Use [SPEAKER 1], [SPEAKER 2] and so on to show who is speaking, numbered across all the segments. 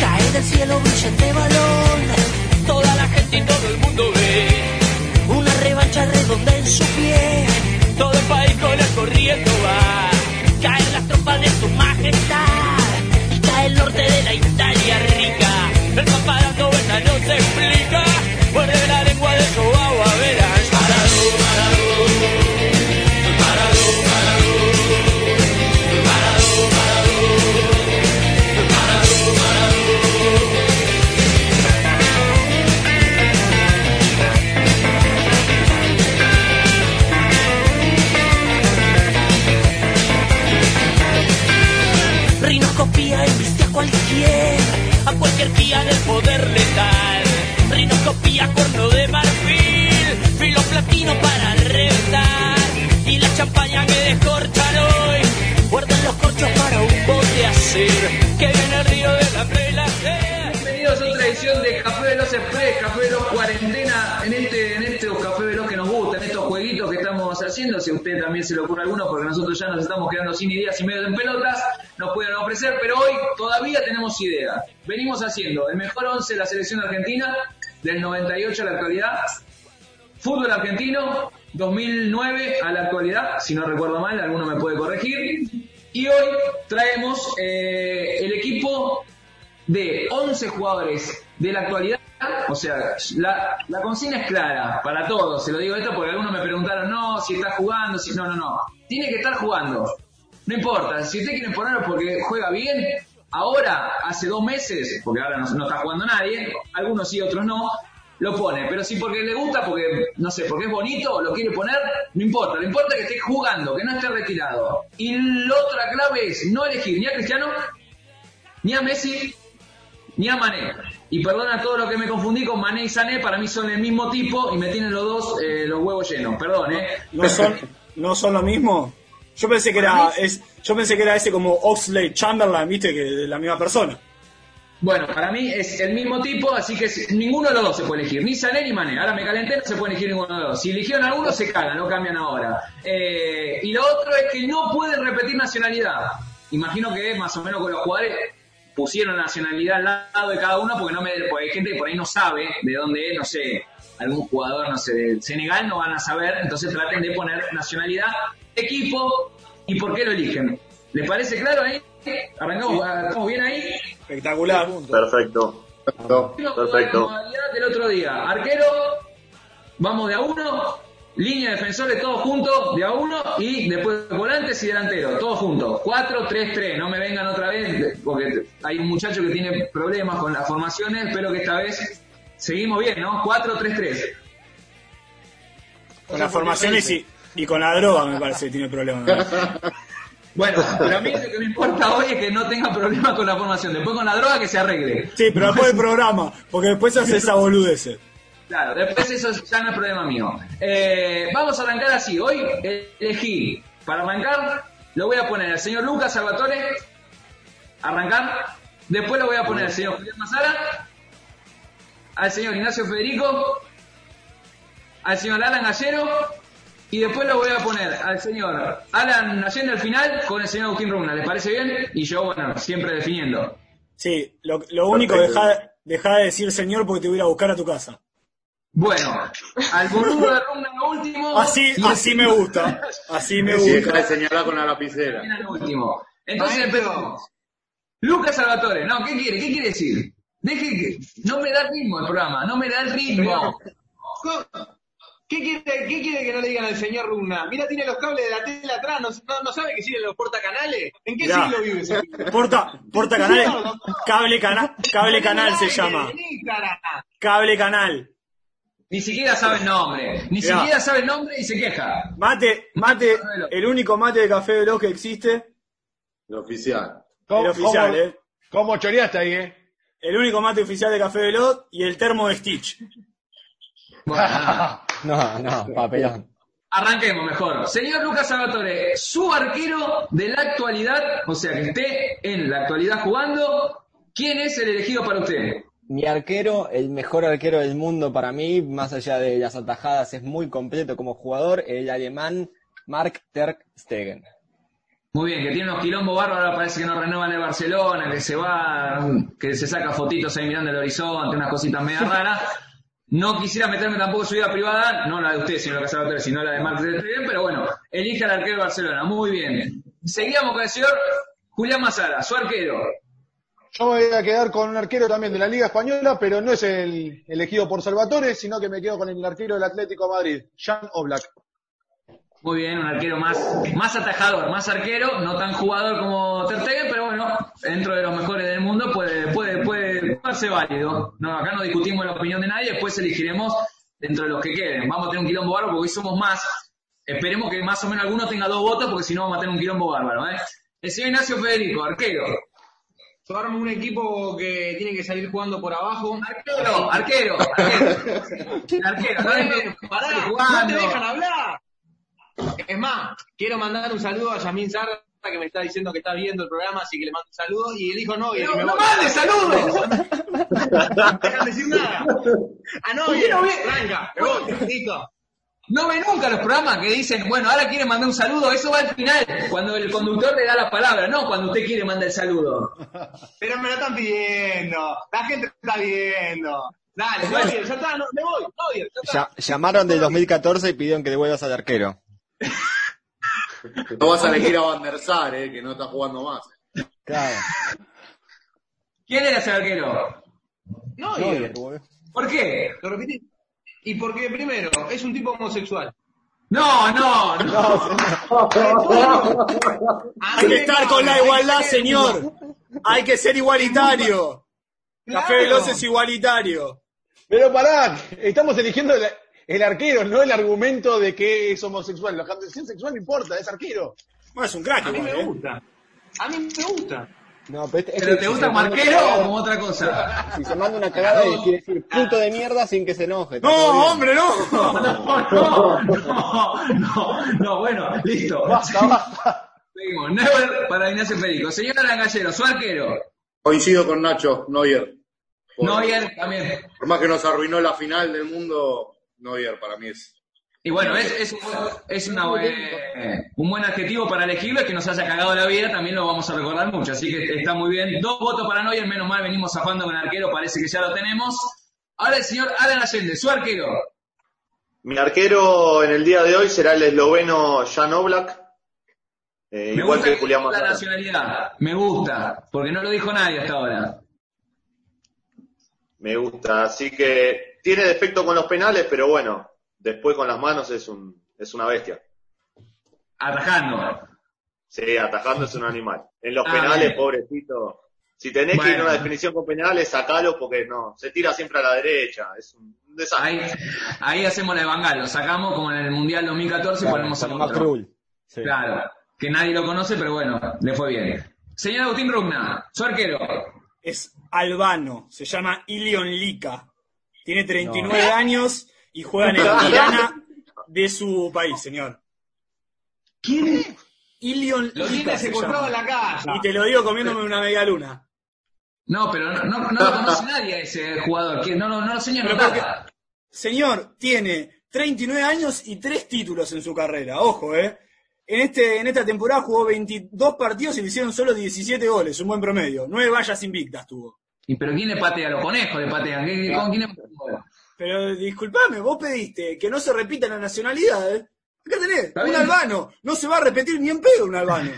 [SPEAKER 1] Cae del cielo brillan de balón,
[SPEAKER 2] Toda la gente y todo el mundo ve.
[SPEAKER 1] una revancha redonda en su pie.
[SPEAKER 2] Todo el país con el corriendo va. Caen las tropas de su majestad.
[SPEAKER 1] Y cae el norte de la
[SPEAKER 2] Italia rica. El paparazzo esta no se explica. Muerde la lengua de su agua, verás. Parado, parado. Parado, parado. Parado, parado. Parado, parado.
[SPEAKER 1] Rinoscopía enviste a cualquier.
[SPEAKER 2] A cualquier día del poder letal. Rinoscopía, cuerno de marfil. Filo platino para reventar. Y la champaña que descorchan hoy. Guardan los corchos para un bote hacer. Que viene el río de la prela.
[SPEAKER 3] Bienvenidos a otra edición de Café Veloz Express, Café Veloz Cuarentena, en este, en este Café Veloz que nos gusta, en estos jueguitos que estamos haciendo, si a usted también se le ocurre alguno, porque nosotros ya nos estamos quedando sin ideas y medios en pelotas, nos pueden ofrecer, pero hoy todavía tenemos idea. Venimos haciendo el mejor 11 de la selección argentina, del 98 a la actualidad, fútbol argentino, 2009 a la actualidad, si no recuerdo mal, alguno me puede corregir, y hoy traemos eh, el equipo de 11 jugadores de la actualidad. O sea, la, la consigna es clara para todos. Se lo digo esto porque algunos me preguntaron, no, si está jugando, si no, no, no. Tiene que estar jugando. No importa, si usted quiere ponerlo porque juega bien, ahora, hace dos meses, porque ahora no, no está jugando nadie, algunos sí, otros no, lo pone. Pero si porque le gusta, porque, no sé, porque es bonito, lo quiere poner, no importa. Lo importa es que esté jugando, que no esté retirado. Y la otra clave es no elegir ni a Cristiano, ni a Messi, ni a Mané. Y perdona todo lo que me confundí con Mané y Sané, para mí son el mismo tipo y me tienen los dos eh, los huevos llenos, perdón, ¿eh?
[SPEAKER 4] ¿No son, ¿No son lo mismo? Yo pensé que era es, yo pensé que era ese como Oxley Chamberlain, viste, que de la misma persona.
[SPEAKER 3] Bueno, para mí es el mismo tipo, así que si- ninguno de los dos se puede elegir, ni Sané ni Mané. Ahora me calenté, no se puede elegir ninguno de los dos. Si eligieron a uno, se cagan, no cambian ahora. Eh, y lo otro es que no pueden repetir nacionalidad. Imagino que más o menos con los jugadores pusieron nacionalidad al lado de cada uno, porque no me porque hay gente que por ahí no sabe de dónde es, no sé, algún jugador, no sé, de Senegal no van a saber, entonces traten de poner nacionalidad, equipo y por qué lo eligen. ¿Les parece claro ahí? Arrancamos, ¿estamos bien ahí?
[SPEAKER 4] Espectacular.
[SPEAKER 5] Perfecto. Perfecto.
[SPEAKER 3] Perfecto.
[SPEAKER 5] perfecto.
[SPEAKER 3] del otro día. Arquero, vamos de a uno. Línea de defensores, todos juntos, de a uno. Y después volantes y delanteros, todos juntos. 4-3-3. No me vengan otra vez, porque hay un muchacho que tiene problemas con las formaciones. Espero que esta vez seguimos bien, ¿no? 4-3-3.
[SPEAKER 4] Con las formaciones y, y con la droga me parece que tiene problemas. ¿no?
[SPEAKER 3] Bueno, pero a mí lo que me importa hoy es que no tenga problemas con la formación. Después con la droga que se arregle.
[SPEAKER 4] Sí, pero después del programa, porque después hace esa boludez.
[SPEAKER 3] Claro, después eso ya no es problema mío. Eh, vamos a arrancar así. Hoy elegí, para arrancar, lo voy a poner al señor Lucas Salvatore. Arrancar. Después lo voy a poner al señor Julián Mazara. Al señor Ignacio Federico. Al señor Alan Gallero. Y después lo voy a poner al señor Alan Allende al final con el señor Agustín Runa. ¿Les parece bien? Y yo, bueno, siempre definiendo.
[SPEAKER 4] Sí, lo, lo único,
[SPEAKER 5] Perfecto.
[SPEAKER 4] deja, deja de decir señor porque te voy a ir a buscar a tu casa.
[SPEAKER 3] Bueno, al boludo de Runa lo último.
[SPEAKER 4] Así,
[SPEAKER 3] Y-
[SPEAKER 4] así me gusta. Así me
[SPEAKER 5] Si deja
[SPEAKER 4] gusta.
[SPEAKER 5] de señalar con la lapicera.
[SPEAKER 3] Era el último. Entonces empezamos. Lucas Salvatore, no, ¿qué quiere? ¿Qué quiere decir? Deje que. No me da el ritmo el programa, no me da el ritmo.
[SPEAKER 6] ¿Qué quiere, ¿Qué quiere que no le digan al señor Runa? Mira, tiene los cables de la tele atrás, ¿no, no, no sabe que sirven los portacanales? ¿En qué
[SPEAKER 4] Mirá.
[SPEAKER 6] siglo vive ese tipo?
[SPEAKER 4] Porta, porta canal, cable canal, cable canal se llama.
[SPEAKER 6] Vení, cara.
[SPEAKER 4] Cable canal.
[SPEAKER 3] Ni siquiera sabe el nombre, ni
[SPEAKER 4] Mirá.
[SPEAKER 3] siquiera sabe el nombre y se queja.
[SPEAKER 4] Mate, mate, el único mate de café veloz que existe,
[SPEAKER 5] Lo oficial.
[SPEAKER 4] el oficial, eh.
[SPEAKER 7] ¿Cómo choreaste ahí, eh?
[SPEAKER 4] el único mate oficial de Café Velot y el termo de Stitch.
[SPEAKER 7] No, no, papelón.
[SPEAKER 3] Arranquemos mejor. Señor Lucas Salvatore, eh, su arquero de la actualidad, o sea, que esté en la actualidad jugando, ¿quién es el elegido para usted?
[SPEAKER 7] Mi arquero, el mejor arquero del mundo para mí, más allá de las atajadas, es muy completo como jugador, el alemán Mark Ter Stegen.
[SPEAKER 3] Muy bien, que tiene unos quilombos bárbaros, ahora parece que no renovan el Barcelona, que se va, que se saca fotitos ahí mirando el horizonte, unas cositas media raras. No quisiera meterme tampoco en su vida privada, no la de usted, señor Casabatore, sino la de Marcos del Triven, pero bueno, elige al arquero de Barcelona, muy bien. Seguíamos con el señor Julián Mazara, su arquero.
[SPEAKER 8] Yo me voy a quedar con un arquero también de la Liga Española, pero no es el elegido por Salvatore, sino que me quedo con el arquero del Atlético de Madrid, Jan Oblak.
[SPEAKER 3] Muy bien, un arquero más, más atajador, más arquero, no tan jugador como Tertegen, pero bueno, dentro de los mejores del mundo puede, puede, puede darse válido. No, acá no discutimos la opinión de nadie, después elegiremos dentro de los que queden. Vamos a tener un quilombo bárbaro porque hoy somos más. Esperemos que más o menos alguno tenga dos votos porque si no vamos a tener un quilombo bárbaro. ¿eh? El señor Ignacio Federico, arquero.
[SPEAKER 6] Yo armo un equipo que tiene que salir jugando por abajo.
[SPEAKER 3] Arquero, no, arquero, arquero. Arquero, no dejen-
[SPEAKER 6] Pará, no
[SPEAKER 3] jugando.
[SPEAKER 6] te dejan hablar. Es más, quiero mandar un saludo a Yamín Sarra que me está diciendo que está viendo el programa, así que le mando un saludo. Y el hijo Noguera.
[SPEAKER 3] No,
[SPEAKER 6] que me
[SPEAKER 3] no
[SPEAKER 6] voy.
[SPEAKER 3] mande saludos.
[SPEAKER 6] No dejan decir Ah, nada. A Noguera,
[SPEAKER 3] Quiero ver-
[SPEAKER 6] arranca, me voy, listo.
[SPEAKER 3] No ve nunca los programas que dicen, bueno, ahora quiere mandar un saludo, eso va al final, cuando el conductor le da la palabra, no cuando usted quiere mandar el saludo.
[SPEAKER 6] Pero me lo están pidiendo. La gente está viendo. Dale, Noguera, ya está, no, me voy, Noguera, ya está.
[SPEAKER 7] Ya- llamaron del 2014 y pidieron que devuelvas al arquero.
[SPEAKER 5] No vas a elegir a Van der Sar, eh, que no está jugando más.
[SPEAKER 7] Claro.
[SPEAKER 3] ¿Quién era ese arquero?
[SPEAKER 6] Noguera.
[SPEAKER 3] ¿Por qué?
[SPEAKER 6] Lo repetí. Y porque primero, es un tipo homosexual.
[SPEAKER 3] No, no, no.
[SPEAKER 4] Hay que estar con la igualdad, señor. Hay que ser igualitario. Café Veloz es igualitario.
[SPEAKER 8] Pero pará, estamos eligiendo el, el arquero, no el argumento de que es homosexual. La condición sexual no importa, es arquero.
[SPEAKER 4] Bueno, es un crack
[SPEAKER 6] A mí
[SPEAKER 4] igual,
[SPEAKER 6] me
[SPEAKER 4] ¿eh?
[SPEAKER 6] gusta. A mí me gusta.
[SPEAKER 7] No, pero, este-
[SPEAKER 3] ¿Pero
[SPEAKER 7] este-
[SPEAKER 3] te
[SPEAKER 7] si
[SPEAKER 3] gusta
[SPEAKER 7] se
[SPEAKER 3] como
[SPEAKER 7] manda
[SPEAKER 3] arquero
[SPEAKER 7] una
[SPEAKER 3] o como
[SPEAKER 7] cagada-
[SPEAKER 3] otra cosa?
[SPEAKER 7] Si se manda una cagada y quiere decir puto de mierda sin que se enoje. está todo bien.
[SPEAKER 4] No, hombre, no.
[SPEAKER 3] No, no, no, no, no, bueno, listo.
[SPEAKER 8] Basta, basta.
[SPEAKER 3] Seguimos. Never para Ignacio Federico. Señor Arangallero, su arquero.
[SPEAKER 5] Coincido con Nacho, Neuer. Por,
[SPEAKER 3] Neuer también.
[SPEAKER 5] por más que nos arruinó la final del mundo, Neuer para mí es.
[SPEAKER 3] Y bueno, es, es, un buen- es una, eh, un buen adjetivo para elegirlo, es que nos haya cagado la vida, también lo vamos a recordar mucho, así que está muy bien. Dos votos para Neuer, menos mal venimos zafando con arquero, parece que ya lo tenemos. Ahora el señor Alan Allende, su arquero.
[SPEAKER 9] Mi arquero en el día de hoy será el esloveno Jan Oblak, eh, igual que Julián
[SPEAKER 3] la
[SPEAKER 9] Mazara.
[SPEAKER 3] nacionalidad, me gusta, porque no lo dijo nadie hasta ahora.
[SPEAKER 9] Me gusta, así que tiene defecto con los penales, pero bueno, después con las manos es un es una bestia.
[SPEAKER 3] Atajando.
[SPEAKER 9] Sí, atajando es un animal. En los
[SPEAKER 3] Ah,
[SPEAKER 9] penales,
[SPEAKER 3] bien.
[SPEAKER 9] pobrecito. Si tenés que ir
[SPEAKER 3] Bueno.
[SPEAKER 9] a una definición con penales, sacalo porque no, se tira siempre a la derecha, es un un
[SPEAKER 3] Ahí,
[SPEAKER 9] desastre.
[SPEAKER 3] ahí hacemos la de Bangal, lo sacamos como en el Mundial 2014 y
[SPEAKER 7] Claro,
[SPEAKER 3] ponemos a
[SPEAKER 7] Panamá
[SPEAKER 3] otro.
[SPEAKER 7] Cruel. Sí.
[SPEAKER 3] Claro, que nadie lo conoce, pero bueno, le fue bien. Señor Agustín Rugna, su arquero.
[SPEAKER 4] Es albano. Se llama Ilion Lika. Tiene 39 años y juega en el Tirana de su país, señor.
[SPEAKER 6] ¿Quién?
[SPEAKER 4] Ilion
[SPEAKER 6] Lo tiene
[SPEAKER 4] Lika. se
[SPEAKER 6] secuestrado en
[SPEAKER 4] llama.
[SPEAKER 6] la calle.
[SPEAKER 4] Y te lo digo comiéndome una media luna.
[SPEAKER 3] No, pero no, no, no lo conoce nadie a ese jugador. que No, no, no lo señala.
[SPEAKER 4] Pero porque- Señor, tiene 39 años y 3 títulos en su carrera. Ojo, ¿eh? En, este, en esta temporada jugó 22 partidos y le hicieron solo 17 goles, un buen promedio. 9 vallas invictas tuvo.
[SPEAKER 3] ¿Y pero quién le patea? Los conejos le patean. ¿Qué- qué- ¿Con quién le patean?
[SPEAKER 4] Pero disculpame, vos pediste que no se repita la nacionalidad, ¿eh? Acá tenés,
[SPEAKER 3] bien.
[SPEAKER 4] un albano. No se va a repetir ni en pedo un albano.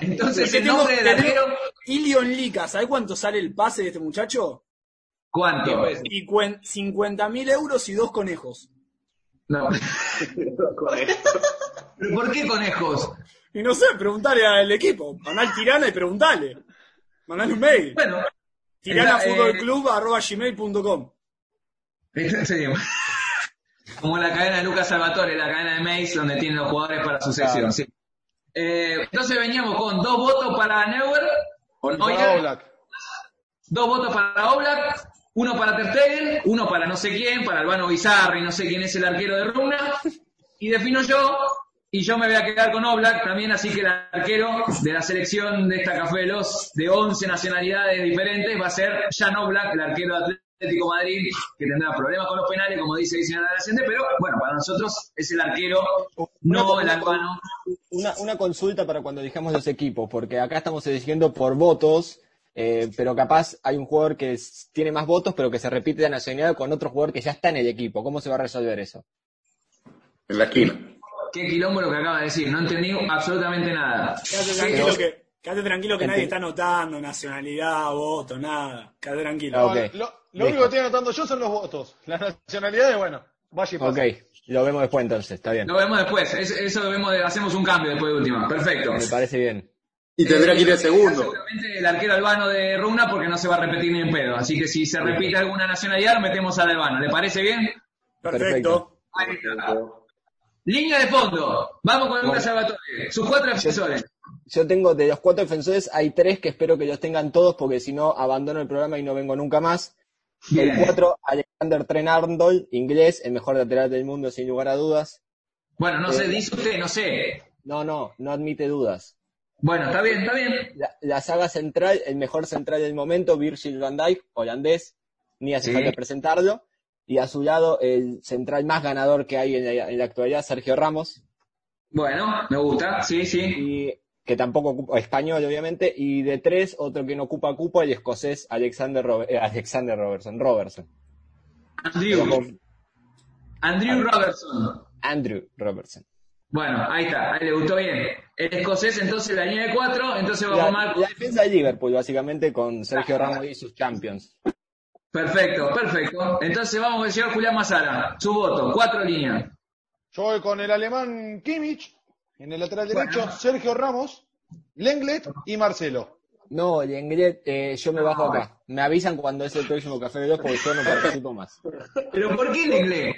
[SPEAKER 3] Entonces,
[SPEAKER 4] Porque
[SPEAKER 3] el
[SPEAKER 4] tengo-
[SPEAKER 3] nombre del
[SPEAKER 4] tenés-
[SPEAKER 3] arquero,
[SPEAKER 4] Ilion Lica, ¿sabés cuánto sale el pase de este muchacho?
[SPEAKER 3] ¿cuánto?
[SPEAKER 4] Y cuen- 50.000 euros y dos conejos.
[SPEAKER 3] No. ¿Por qué conejos?
[SPEAKER 4] Y no sé, preguntale al equipo. Mandá al Tirana y preguntale. Mandale un mail.
[SPEAKER 3] Bueno,
[SPEAKER 4] Tiranafutbolclub.com.
[SPEAKER 3] sí. Como la cadena de Lucas Salvatore, la cadena de Mace, donde tienen los jugadores para su sección. sí. Eh, entonces veníamos con dos votos para Neuer.
[SPEAKER 8] Y
[SPEAKER 3] Con
[SPEAKER 8] para
[SPEAKER 3] Neuer.
[SPEAKER 8] Oblak.
[SPEAKER 3] Dos votos para Oblak, uno para Terstegen, uno para no sé quién, para Albano Bizarri, no sé quién es el arquero de Runa. Y defino yo, y yo me voy a quedar con Oblak también, así que el arquero de la selección de esta Café de los de 11 nacionalidades diferentes va a ser Jan Oblak, el arquero de Atlético Madrid, que tendrá problemas con los penales, como dice Vicente Alacente, pero bueno, para nosotros es el arquero, no el albano.
[SPEAKER 7] Una, una consulta para cuando elijamos los equipos, porque acá estamos eligiendo por votos, eh, pero capaz hay un jugador que s- tiene más votos, pero que se repite la nacionalidad con otro jugador que ya está en el equipo. ¿Cómo se va a resolver eso?
[SPEAKER 5] En la esquina.
[SPEAKER 3] Qué quilombo lo que acaba de decir, no entendí absolutamente nada.
[SPEAKER 4] Quédate tranquilo que, quédate tranquilo que nadie
[SPEAKER 3] Entendí.
[SPEAKER 4] está anotando nacionalidad, voto, nada. Quédate tranquilo.
[SPEAKER 7] Ah, ok.
[SPEAKER 8] Lo, lo único que estoy anotando yo son los votos. Las nacionalidades, bueno, vaya y pasa.
[SPEAKER 7] Ok, lo vemos después entonces, está bien.
[SPEAKER 3] Lo vemos después, es- eso lo vemos, de- hacemos un cambio después de última, perfecto.
[SPEAKER 7] Me parece bien.
[SPEAKER 5] Y tendría que ir el segundo.
[SPEAKER 3] Seguramente el arquero albano de Runa porque no se va a repetir ni en pedo, así que si se repite alguna nacionalidad lo metemos al albano, ¿le parece bien?
[SPEAKER 7] Perfecto.
[SPEAKER 3] Ahí está. Línea de fondo, vamos con Lucas Salvatore, sus cuatro asesores.
[SPEAKER 7] Yo tengo de los cuatro defensores, hay tres que espero que los tengan todos, porque si no, abandono el programa y no vengo nunca más.
[SPEAKER 3] Bien.
[SPEAKER 7] El cuatro, Alexander Trent Arnold, inglés, el mejor lateral del mundo, sin lugar a dudas.
[SPEAKER 3] Bueno, no sé,
[SPEAKER 7] Eh,
[SPEAKER 3] dice usted, no sé.
[SPEAKER 7] No, no, no admite dudas.
[SPEAKER 3] Bueno, está bien, está bien.
[SPEAKER 7] La, la saga central, el mejor central del momento, Virgil van Dijk, holandés, ni hace
[SPEAKER 3] Sí.
[SPEAKER 7] falta presentarlo. Y a su lado, el central más ganador que hay en la, en la actualidad, Sergio Ramos,
[SPEAKER 3] Bueno, me gusta, sí, sí.
[SPEAKER 7] y que tampoco ocupa, español obviamente, y de tres, otro que no ocupa cupo, el escocés Alexander, Robe- eh, Alexander Robertson, Robertson.
[SPEAKER 3] Andrew, Andrew Robertson.
[SPEAKER 7] Andrew Robertson.
[SPEAKER 3] Bueno, ahí está, ahí le gustó bien. El escocés entonces la línea de cuatro, entonces va a
[SPEAKER 7] La,
[SPEAKER 3] formar...
[SPEAKER 7] la defensa de Liverpool, básicamente, con Sergio Ramos y sus champions.
[SPEAKER 3] Perfecto, perfecto. Entonces vamos al señor Julián Mazara. Su voto, cuatro líneas.
[SPEAKER 8] Yo voy con el alemán Kimmich, en el lateral
[SPEAKER 3] Bueno.
[SPEAKER 8] derecho, Sergio Ramos, Lenglet y Marcelo.
[SPEAKER 7] No, y Englet, eh, yo me bajo acá. Me avisan cuando es el próximo Café de Dos, porque yo no participo más.
[SPEAKER 3] ¿Pero por qué el inglés?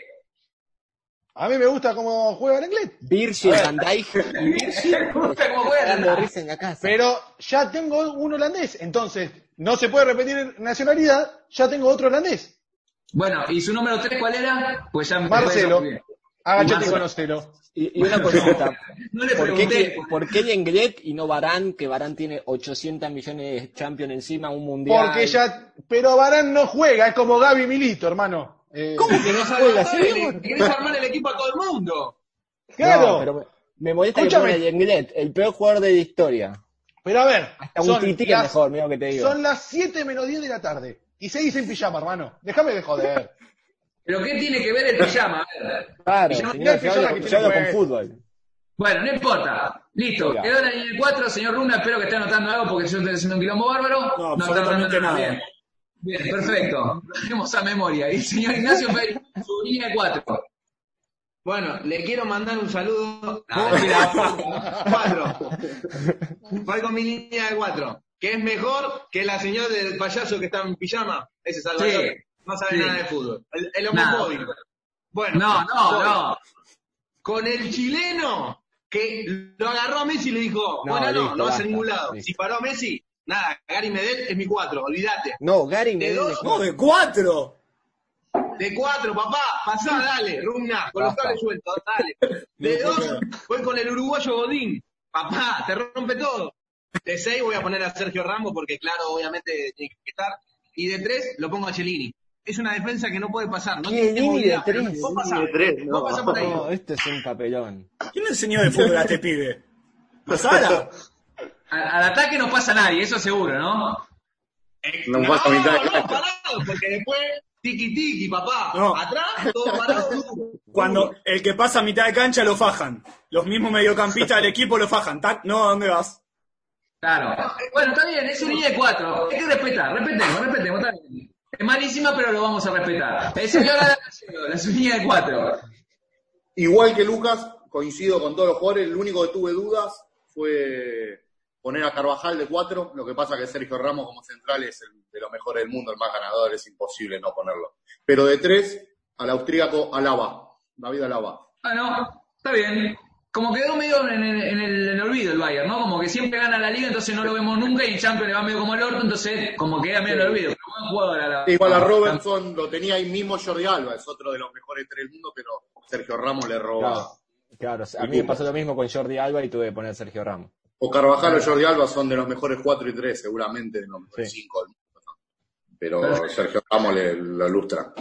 [SPEAKER 8] A mí me gusta cómo juega Lenglet,
[SPEAKER 7] Virgil van Dijk y Virgil
[SPEAKER 3] Me gusta cómo juega,
[SPEAKER 7] dando
[SPEAKER 3] ¿no?
[SPEAKER 7] risa en la casa.
[SPEAKER 8] pero ya tengo un holandés, entonces no se puede repetir nacionalidad, ya tengo otro holandés.
[SPEAKER 3] Bueno, ¿y su número tres cuál era? Pues ya me
[SPEAKER 8] Marcelo.
[SPEAKER 3] muy bien.
[SPEAKER 8] Agachate
[SPEAKER 3] Marcelo.
[SPEAKER 8] con Ocero.
[SPEAKER 7] y, y una consulta.
[SPEAKER 3] No le
[SPEAKER 7] ¿Por qué,
[SPEAKER 3] pregunté.
[SPEAKER 7] que- ¿Por qué Lenglet y no Barán? Que Barán tiene 800 millones de Champions encima, un mundial.
[SPEAKER 8] Porque ya, pero Barán no juega, es como Gaby Milito, hermano. Eh,
[SPEAKER 7] ¿Cómo que no juega, señor?
[SPEAKER 6] Dale, Querés armar el equipo a todo el mundo.
[SPEAKER 8] Claro,
[SPEAKER 7] No,
[SPEAKER 8] pero...
[SPEAKER 7] pero me molesta
[SPEAKER 8] Escúchame.
[SPEAKER 7] que pongan a Lenglet, el peor jugador de la historia.
[SPEAKER 8] a ver,
[SPEAKER 7] Hasta un
[SPEAKER 8] son
[SPEAKER 7] tití es
[SPEAKER 8] las-
[SPEAKER 7] mejor, mira lo que te digo.
[SPEAKER 8] son las 7 menos 10 de la tarde y se dice en pijama, hermano. Déjame de joder.
[SPEAKER 3] ¿Pero qué tiene que ver el pijama? A ver.
[SPEAKER 7] Claro,
[SPEAKER 3] Y yo no-
[SPEAKER 7] señor,
[SPEAKER 8] mirá
[SPEAKER 7] yo
[SPEAKER 8] que yo la
[SPEAKER 7] hablo,
[SPEAKER 8] que
[SPEAKER 7] yo hablo con
[SPEAKER 8] tiene
[SPEAKER 7] fútbol.
[SPEAKER 3] Bueno, no importa. Listo.
[SPEAKER 7] Oiga.
[SPEAKER 3] Quedó la línea de cuatro, señor Runa. Espero que esté anotando algo porque yo estoy haciendo un quilombo bárbaro.
[SPEAKER 4] No,
[SPEAKER 3] está
[SPEAKER 4] absolutamente
[SPEAKER 3] anotando
[SPEAKER 4] nada.
[SPEAKER 3] Bien. Bien, perfecto. Tenemos a memoria. Y el señor Ignacio Pérez, su línea de cuatro.
[SPEAKER 6] Bueno, le quiero mandar un saludo
[SPEAKER 3] Ah,
[SPEAKER 6] a
[SPEAKER 3] mira.
[SPEAKER 6] cuatro. Voy con mi línea de cuatro, que es mejor que la señora del payaso que está en pijama. Ese Salvador
[SPEAKER 3] Sí.
[SPEAKER 6] no sabe
[SPEAKER 3] Sí.
[SPEAKER 6] nada de fútbol. El, el
[SPEAKER 3] Nada.
[SPEAKER 6] homofóbico. Bueno,
[SPEAKER 3] No, no,
[SPEAKER 6] voy
[SPEAKER 3] no.
[SPEAKER 6] Con el chileno que lo agarró a Messi y le dijo,
[SPEAKER 7] No,
[SPEAKER 6] bueno, no,
[SPEAKER 7] listo,
[SPEAKER 6] no vas a
[SPEAKER 7] basta,
[SPEAKER 6] ningún lado.
[SPEAKER 7] listo.
[SPEAKER 6] Si paró a Messi, nada, Gary Medel es mi cuatro, olvídate.
[SPEAKER 7] No, Gary me
[SPEAKER 6] dos,
[SPEAKER 4] No, de cuatro.
[SPEAKER 6] De cuatro, papá, pasá, dale, rumna, con los
[SPEAKER 7] Basta.
[SPEAKER 6] cables sueltos, dale. De dos, voy con el uruguayo Godín. Papá, te rompe todo. De seis voy a poner a Sergio Ramos porque, claro, obviamente tiene que estar. Y de tres lo pongo a Chelini. Es una defensa que no puede pasar. No
[SPEAKER 7] Chiellini
[SPEAKER 6] tiene movilidad.
[SPEAKER 7] de tres,
[SPEAKER 6] Vos pasás,
[SPEAKER 9] Chiellini de tres,
[SPEAKER 6] vos
[SPEAKER 9] no.
[SPEAKER 6] pasás por ahí.
[SPEAKER 7] No, esto es un papelón.
[SPEAKER 4] ¿Quién le enseñó de fútbol a este pibe? ¿La Sara?
[SPEAKER 3] Al, al ataque no pasa nadie, eso seguro, ¿no?
[SPEAKER 6] Eh,
[SPEAKER 5] No pasa mitad de cancha.
[SPEAKER 6] parado, porque después tiki tiki, papá.
[SPEAKER 4] No.
[SPEAKER 6] Atrás, todo parado. duro.
[SPEAKER 4] Cuando el que pasa a mitad de cancha lo fajan. Los mismos mediocampistas del equipo lo fajan. Tac, no, ¿a dónde vas?
[SPEAKER 3] Claro. Bueno, está bien, es una línea de cuatro. Hay que respetar, respetemos, respetemos, está bien. Es malísima, pero lo vamos a respetar. El señor Adán Acevedo, la su línea de cuatro.
[SPEAKER 5] Igual que Lucas, coincido con todos los jugadores, el único que tuve dudas fue poner a Carvajal de cuatro, lo que pasa que Sergio Ramos como central es el de los mejores del mundo, el más ganador, es imposible no ponerlo. Pero de tres, al austríaco Alaba, David Alaba.
[SPEAKER 3] Bueno, está bien. como quedó medio en, en- en el, en el olvido el Bayern, ¿no? Como que siempre gana la liga, entonces no lo vemos nunca y en Champions le va medio como el orto, entonces como queda medio en el olvido. Pero buen jugador a la-
[SPEAKER 5] Igual a Robertson lo tenía ahí mismo Jordi Alba, es otro de los mejores tres del mundo, pero Sergio Ramos le robó.
[SPEAKER 7] Claro, claro, a mí me pasó lo mismo con Jordi Alba y tuve que poner Sergio Ramos.
[SPEAKER 5] O Carvajal o Jordi Alba son de los mejores 4 y 3, seguramente de los mejores
[SPEAKER 7] Sí.
[SPEAKER 5] 5 del mundo. ¿no? Pero Sergio Ramos le, lo lustra.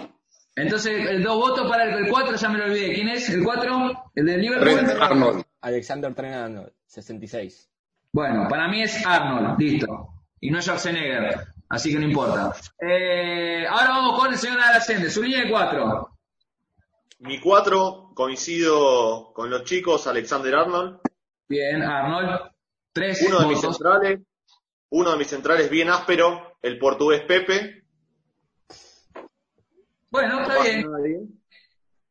[SPEAKER 3] Entonces, el dos votos para el 4, ya me lo olvidé. ¿Quién es? ¿El 4? ¿El del Liverpool?
[SPEAKER 5] Trent Arnold.
[SPEAKER 7] Alexander Trenano, 66.
[SPEAKER 3] Bueno, para mí es Arnold, listo. Y no Schwarzenegger, así que no importa. Eh, ahora vamos con el señor Alacende, su línea de 4.
[SPEAKER 9] Mi 4 coincido con los chicos, Alexander Arnold.
[SPEAKER 3] Bien, Arnold. Tres
[SPEAKER 9] Uno de mis
[SPEAKER 3] votos.
[SPEAKER 9] centrales, uno de mis centrales bien áspero, el portugués Pepe.
[SPEAKER 3] Bueno, está bien.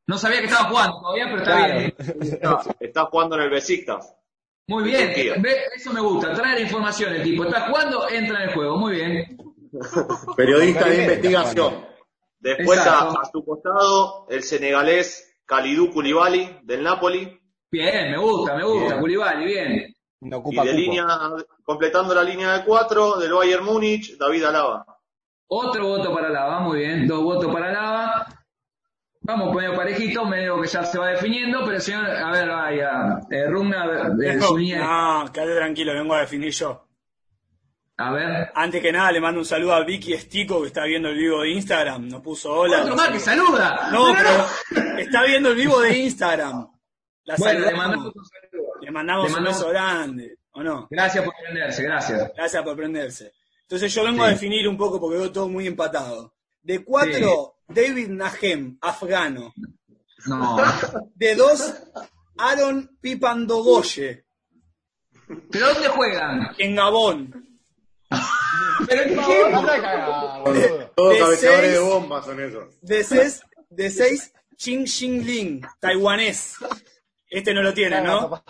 [SPEAKER 3] No sabía que estaba jugando todavía, pero está bien.
[SPEAKER 9] Está, está jugando en el Besiktas.
[SPEAKER 3] Muy
[SPEAKER 9] Turquía.
[SPEAKER 3] bien, Ve, eso me gusta, traer información el tipo. Está jugando, entra en el juego, muy bien.
[SPEAKER 5] Periodista de investigación.
[SPEAKER 9] Después a,
[SPEAKER 3] Exacto.
[SPEAKER 9] a su costado, el senegalés Kalidou Koulibaly del Napoli.
[SPEAKER 3] Bien, me gusta, me gusta,
[SPEAKER 7] Bien.
[SPEAKER 3] Culibali, bien.
[SPEAKER 7] No
[SPEAKER 9] Y
[SPEAKER 7] ocupa
[SPEAKER 9] de
[SPEAKER 7] cupo.
[SPEAKER 9] línea, completando la línea de 4 del Bayern Múnich, David Alaba.
[SPEAKER 3] Otro voto para Lava, muy bien, dos votos para Lava. Vamos, medio parejito, medio que ya se va definiendo, pero señor, a ver, vaya, eh, Rugna, a ver, de
[SPEAKER 4] Dejo-
[SPEAKER 3] su línea.
[SPEAKER 4] No, quédate tranquilo, vengo a definir yo.
[SPEAKER 3] A ver.
[SPEAKER 4] Antes que nada, le mando un saludo a Vicky Estico, que está viendo el vivo de Instagram. Nos puso hola.
[SPEAKER 3] Otro más que saluda.
[SPEAKER 4] No, pero está viendo el vivo de Instagram. La
[SPEAKER 3] Bueno, le
[SPEAKER 4] saludamos.
[SPEAKER 3] mandamos un saludo.
[SPEAKER 4] Le mandamos
[SPEAKER 3] Le
[SPEAKER 4] un
[SPEAKER 3] mandamos-
[SPEAKER 4] beso grande, ¿o no?
[SPEAKER 3] Gracias por prenderse, gracias.
[SPEAKER 4] Gracias por prenderse. Entonces yo vengo a definir un poco porque veo todo muy empatado. De cuatro, David Nahem, afgano.
[SPEAKER 3] No.
[SPEAKER 4] De dos, Aaron Pipandogoye,
[SPEAKER 3] ¿Pero dónde juegan?
[SPEAKER 4] en Gabón.
[SPEAKER 3] ¿Pero en qué
[SPEAKER 8] No,
[SPEAKER 3] equipo?
[SPEAKER 8] no te cagas, boludo.
[SPEAKER 5] Todos
[SPEAKER 4] De
[SPEAKER 5] cabeceadores de
[SPEAKER 4] seis-
[SPEAKER 5] bombas son esos.
[SPEAKER 4] De seis, de seis Ching Xing Ling, taiwanés. Este no lo tiene, ¿no?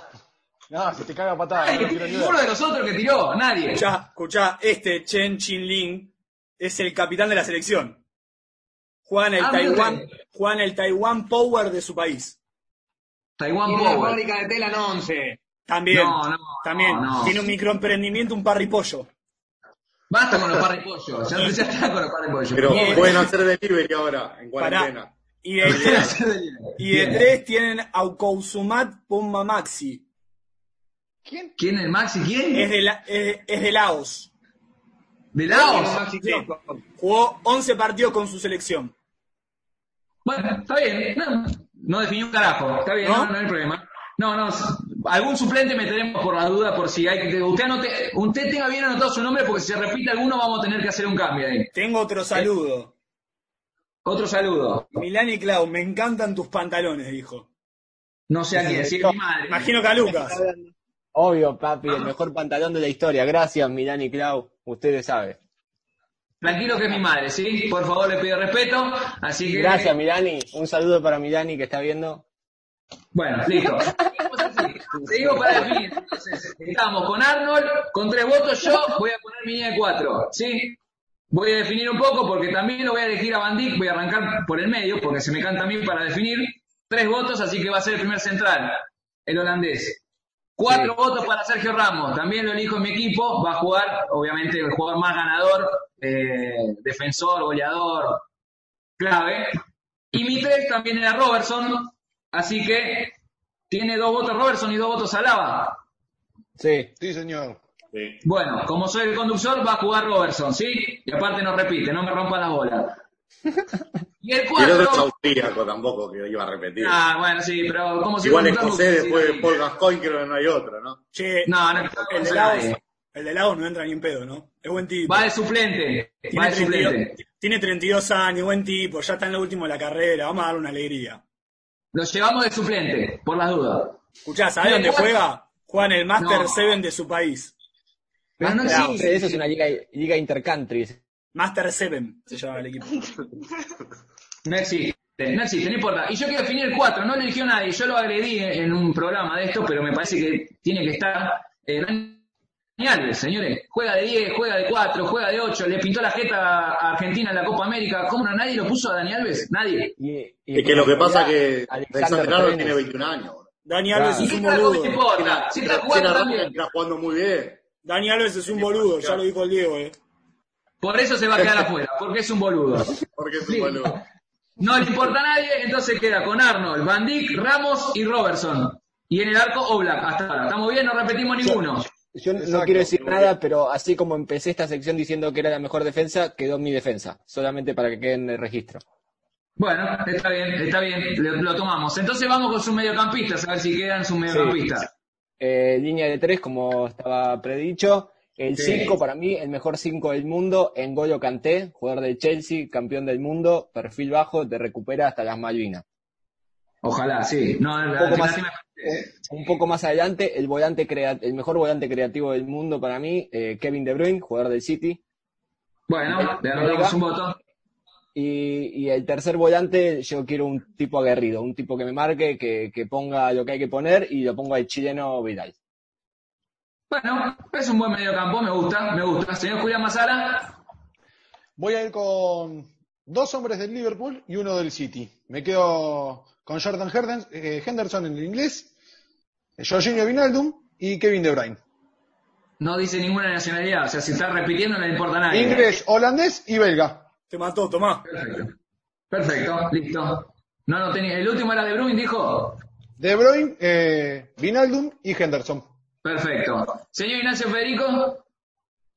[SPEAKER 8] No, se te caga patada. No quiero ni ver.
[SPEAKER 3] Ninguno de nosotros que tiró, nadie.
[SPEAKER 4] Escuchá, escuchá, este Chen Chinling es el capitán de la selección. Juega en el
[SPEAKER 3] Ah,
[SPEAKER 4] Taiwán,
[SPEAKER 3] muy bien.
[SPEAKER 4] juega en el Taiwán Power de su país.
[SPEAKER 3] Taiwán
[SPEAKER 6] Y en la
[SPEAKER 3] Power.
[SPEAKER 6] fábrica de tela en 11.
[SPEAKER 4] También,
[SPEAKER 3] No, no,
[SPEAKER 4] también.
[SPEAKER 3] no, no.
[SPEAKER 4] Tiene un microemprendimiento, un parripollo.
[SPEAKER 3] Basta con los parripollos. Ya empecé a estar con los parripollos.
[SPEAKER 5] Pero
[SPEAKER 4] Bien.
[SPEAKER 5] pueden hacer delivery ahora, en
[SPEAKER 4] Pará.
[SPEAKER 5] cuarentena.
[SPEAKER 4] Y de tres, y de
[SPEAKER 3] Bien.
[SPEAKER 4] tres tienen Aukousumat Pomba Maxi.
[SPEAKER 3] ¿Quién es Maxi? ¿Quién?
[SPEAKER 4] Es de, la- es, es de Laos.
[SPEAKER 3] ¿De Laos?
[SPEAKER 4] Sí. Jugó 11 partidos con su selección.
[SPEAKER 3] Bueno, está bien. No, no definió un carajo. Está bien,
[SPEAKER 4] ¿No?
[SPEAKER 3] no, no hay problema. No, no. s- Algún suplente meteremos por la duda, por si hay que. Usted, anote, usted tenga bien anotado su nombre, porque si se repite alguno, vamos a tener que hacer un cambio ahí.
[SPEAKER 4] Tengo otro saludo.
[SPEAKER 3] Otro saludo.
[SPEAKER 4] Milán y Clau, me encantan tus pantalones, dijo.
[SPEAKER 3] No sé a quién, si es mi madre.
[SPEAKER 4] Imagino que a Lucas.
[SPEAKER 7] Obvio, papi, el mejor pantalón de la historia. Gracias, Milán y Clau. Ustedes saben.
[SPEAKER 3] Tranquilo que es mi madre, ¿sí? Por favor, le pido respeto. Así que.
[SPEAKER 7] Gracias, Milani. Un saludo para Milani que está viendo.
[SPEAKER 3] Bueno, listo. Seguimos así. Seguimos para definir. Entonces, estamos con Arnold, con tres votos yo, voy a poner mi línea de cuatro, ¿sí? Voy a definir un poco porque también lo voy a elegir a Van Dijk, voy a arrancar por el medio porque se me canta a mí para definir. Tres votos, así que va a ser el primer central, el holandés. Cuatro votos para Sergio Ramos, también lo elijo en mi equipo, va a jugar, obviamente, el jugador más ganador, eh, defensor, goleador, clave. Y mi 3 también era Robertson, así que tiene dos votos Robertson y dos votos Alaba.
[SPEAKER 7] Sí,
[SPEAKER 8] Sí, señor.
[SPEAKER 9] Sí.
[SPEAKER 3] Bueno, como soy el conductor, va a jugar Robertson, ¿sí? Y aparte no repite, no me rompan las bolas. Y el
[SPEAKER 5] Y el otro es
[SPEAKER 3] 4...
[SPEAKER 5] austríaco tampoco, que iba a repetir.
[SPEAKER 3] Ah, bueno, sí, pero como soy
[SPEAKER 5] Igual
[SPEAKER 3] conductor,
[SPEAKER 5] escocés
[SPEAKER 3] sí,
[SPEAKER 5] después de
[SPEAKER 3] sí.
[SPEAKER 5] Paul Gascoigne, creo que no hay otro, ¿no?
[SPEAKER 4] Che,
[SPEAKER 3] No, no,
[SPEAKER 4] el de Laos, el de Laos no entra ni en pedo, ¿no? Es buen tipo.
[SPEAKER 3] Va de suplente, va
[SPEAKER 4] tiene,
[SPEAKER 3] de
[SPEAKER 4] 32,
[SPEAKER 3] suplente.
[SPEAKER 4] tiene 32 años, buen tipo, ya está en lo último de la carrera, vamos a darle una alegría.
[SPEAKER 3] Lo llevamos de suplente, por las dudas.
[SPEAKER 4] Escuchá, ¿sabés
[SPEAKER 3] Bien,
[SPEAKER 4] dónde
[SPEAKER 3] igual-
[SPEAKER 4] juega? Juega en el Master
[SPEAKER 3] No.
[SPEAKER 4] 7 de su país.
[SPEAKER 3] Pero no
[SPEAKER 4] Claro,
[SPEAKER 3] existe.
[SPEAKER 7] eso es una liga, liga intercountry.
[SPEAKER 4] Master 7 se llama el equipo.
[SPEAKER 3] No existe, no existe, no importa. Y yo quiero definir el 4, no lo eligió nadie, yo lo agredí en en un programa de esto, pero me parece que tiene que estar eh, Dani Alves, señores. Juega de 10, juega de 4, juega de 8, le pintó la jeta a Argentina en la Copa América. ¿Cómo no? ¿Nadie lo puso a Dani Alves? Nadie.
[SPEAKER 7] Y, y-
[SPEAKER 5] Es que lo que pasa es que
[SPEAKER 7] Alexander
[SPEAKER 5] Alexander Arnold
[SPEAKER 7] Trenes.
[SPEAKER 5] tiene 21 años. boludo.
[SPEAKER 4] Dani Alves
[SPEAKER 7] Claro.
[SPEAKER 4] es un
[SPEAKER 3] Y algo
[SPEAKER 4] boludo.
[SPEAKER 3] que importa. Si está jugando también.
[SPEAKER 5] está jugando muy bien.
[SPEAKER 4] Dani Alves es un boludo, ya lo dijo el Diego, eh.
[SPEAKER 3] Por eso se va a quedar afuera, porque es un boludo.
[SPEAKER 5] Porque es un boludo.
[SPEAKER 3] No le importa a nadie, entonces queda con Arnold, Van Dijk, Ramos y Robertson. Y en el arco Oblak, hasta ahora. ¿Estamos bien? No repetimos ninguno.
[SPEAKER 7] Yo no
[SPEAKER 8] Exacto.
[SPEAKER 7] quiero decir nada, pero así como empecé esta sección diciendo que era la mejor defensa, quedó mi defensa, solamente para que quede en el registro.
[SPEAKER 3] Bueno, está bien, está bien, lo, lo tomamos. Entonces vamos con sus mediocampistas, a ver si quedan sus mediocampistas.
[SPEAKER 7] Eh, línea de tres, como estaba predicho. El
[SPEAKER 3] Sí.
[SPEAKER 7] 5, para mí, el mejor 5 del mundo, N'Golo Kanté, jugador del Chelsea, campeón del mundo, perfil bajo, te recupera hasta las Malvinas.
[SPEAKER 3] Ojalá, sí. No, la-
[SPEAKER 7] poco
[SPEAKER 3] la-
[SPEAKER 7] más-
[SPEAKER 3] lástima-
[SPEAKER 7] Un poco más adelante, el volante crea- el mejor volante creativo del mundo para mí, eh, Kevin De Bruyne, jugador del City.
[SPEAKER 3] Bueno, le anotamos un voto.
[SPEAKER 7] Y, y el tercer volante, yo quiero un tipo aguerrido, un tipo que me marque, que, que ponga lo que hay que poner y lo pongo al chileno Vidal.
[SPEAKER 3] Bueno, es un buen mediocampo, me gusta, me gusta. Señor Julián Mazara,
[SPEAKER 8] Voy a ir con dos hombres del Liverpool y uno del City. Me quedo con Jordan Herden- eh, Henderson en el inglés, eh, Jorginho Vinaldum y Kevin De Bruyne.
[SPEAKER 3] no dice ninguna nacionalidad, o sea, si está repitiendo no le importa a nadie.
[SPEAKER 8] Inglés, holandés y belga.
[SPEAKER 4] Te mató, Tomás.
[SPEAKER 3] Perfecto. Perfecto, listo. No, no tenía. El último era de Bruin, dijo.
[SPEAKER 8] De Bruyne, eh, Vinaldum y Henderson.
[SPEAKER 3] Perfecto. Señor Ignacio Federico,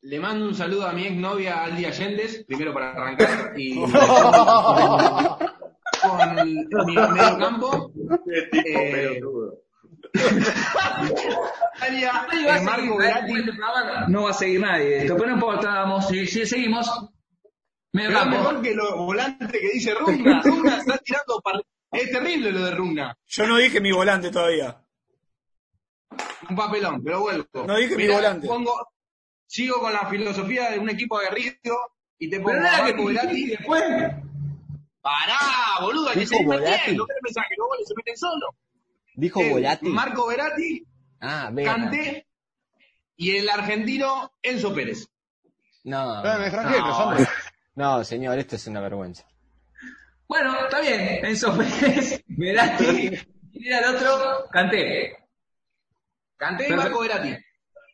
[SPEAKER 6] Le mando un saludo a mi exnovia Aldi Allende, primero para arrancar, y con mi medio campo.
[SPEAKER 9] Qué
[SPEAKER 3] Este
[SPEAKER 9] tipo
[SPEAKER 6] Eh,
[SPEAKER 9] pelotudo.
[SPEAKER 6] Italia,
[SPEAKER 3] nadie va a
[SPEAKER 6] eh, Marco
[SPEAKER 3] seguir,
[SPEAKER 6] Verratti.
[SPEAKER 3] este programa no va a seguir nadie. Esto, pero no importa, vamos, si, si seguimos. Medio
[SPEAKER 6] Pero es mejor
[SPEAKER 3] campo.
[SPEAKER 6] que lo volante que dice Rugna. Rugna está tirando par- Es terrible lo de Rugna.
[SPEAKER 4] Yo no dije mi volante todavía.
[SPEAKER 6] Un papelón, pero vuelvo.
[SPEAKER 4] No dije mi
[SPEAKER 6] Mirá,
[SPEAKER 4] volante.
[SPEAKER 6] Pongo, sigo con la filosofía de un equipo aguerrido y te pongo
[SPEAKER 3] Pero no
[SPEAKER 6] a
[SPEAKER 3] era que
[SPEAKER 6] Marco Verratti.
[SPEAKER 3] y después.
[SPEAKER 6] Pará, boludo, hay que
[SPEAKER 7] Dijo
[SPEAKER 6] seguir
[SPEAKER 7] Verratti.
[SPEAKER 6] metiendo. ¿Qué pensás que los goles se meten solo?
[SPEAKER 7] Dijo
[SPEAKER 6] Eh,
[SPEAKER 7] Volati.
[SPEAKER 6] Marco Verratti,
[SPEAKER 7] Ah, venga.
[SPEAKER 6] Canté y el argentino Enzo Pérez.
[SPEAKER 7] No,
[SPEAKER 8] Pero en el extranjero,
[SPEAKER 6] No.
[SPEAKER 8] hombre.
[SPEAKER 7] no, señor, esto es una vergüenza.
[SPEAKER 3] Bueno, está bien. Enzo Pérez, Verati. ¿Quién era el otro? Canté.
[SPEAKER 6] Canté y
[SPEAKER 3] Perfecto.
[SPEAKER 6] Marco Verratti.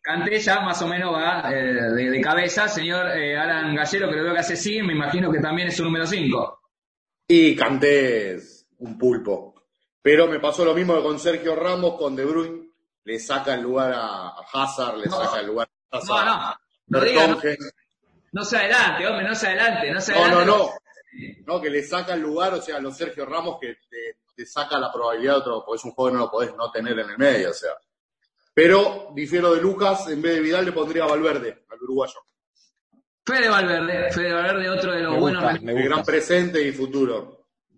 [SPEAKER 3] Canté ya más o menos va eh, de, de cabeza, señor eh, Alan Gallero, que lo veo que hace sí, me imagino que también es su número 5.
[SPEAKER 5] Y canté un pulpo. Pero me pasó lo mismo que con Sergio Ramos, con De Bruyne. Le saca el lugar a a Hazard, le
[SPEAKER 3] No.
[SPEAKER 5] saca el lugar a
[SPEAKER 3] No,
[SPEAKER 5] Hazard.
[SPEAKER 3] no, no diga, no.
[SPEAKER 5] Vertonghen.
[SPEAKER 3] No se adelante, hombre, no se adelante, no se
[SPEAKER 5] No,
[SPEAKER 3] adelante.
[SPEAKER 5] no, no. No, que le saca el lugar, o sea, a los Sergio Ramos que te, te saca la probabilidad de otro, porque es un juego que no lo podés no tener en el medio, o sea. Pero difiero de Lucas, en vez de Vidal le pondría a Valverde, al uruguayo.
[SPEAKER 3] Fede Valverde, Fede Valverde, otro de los
[SPEAKER 7] Me
[SPEAKER 3] buenos.
[SPEAKER 7] gusta, me
[SPEAKER 5] El gran
[SPEAKER 7] gusta.
[SPEAKER 5] presente y futuro.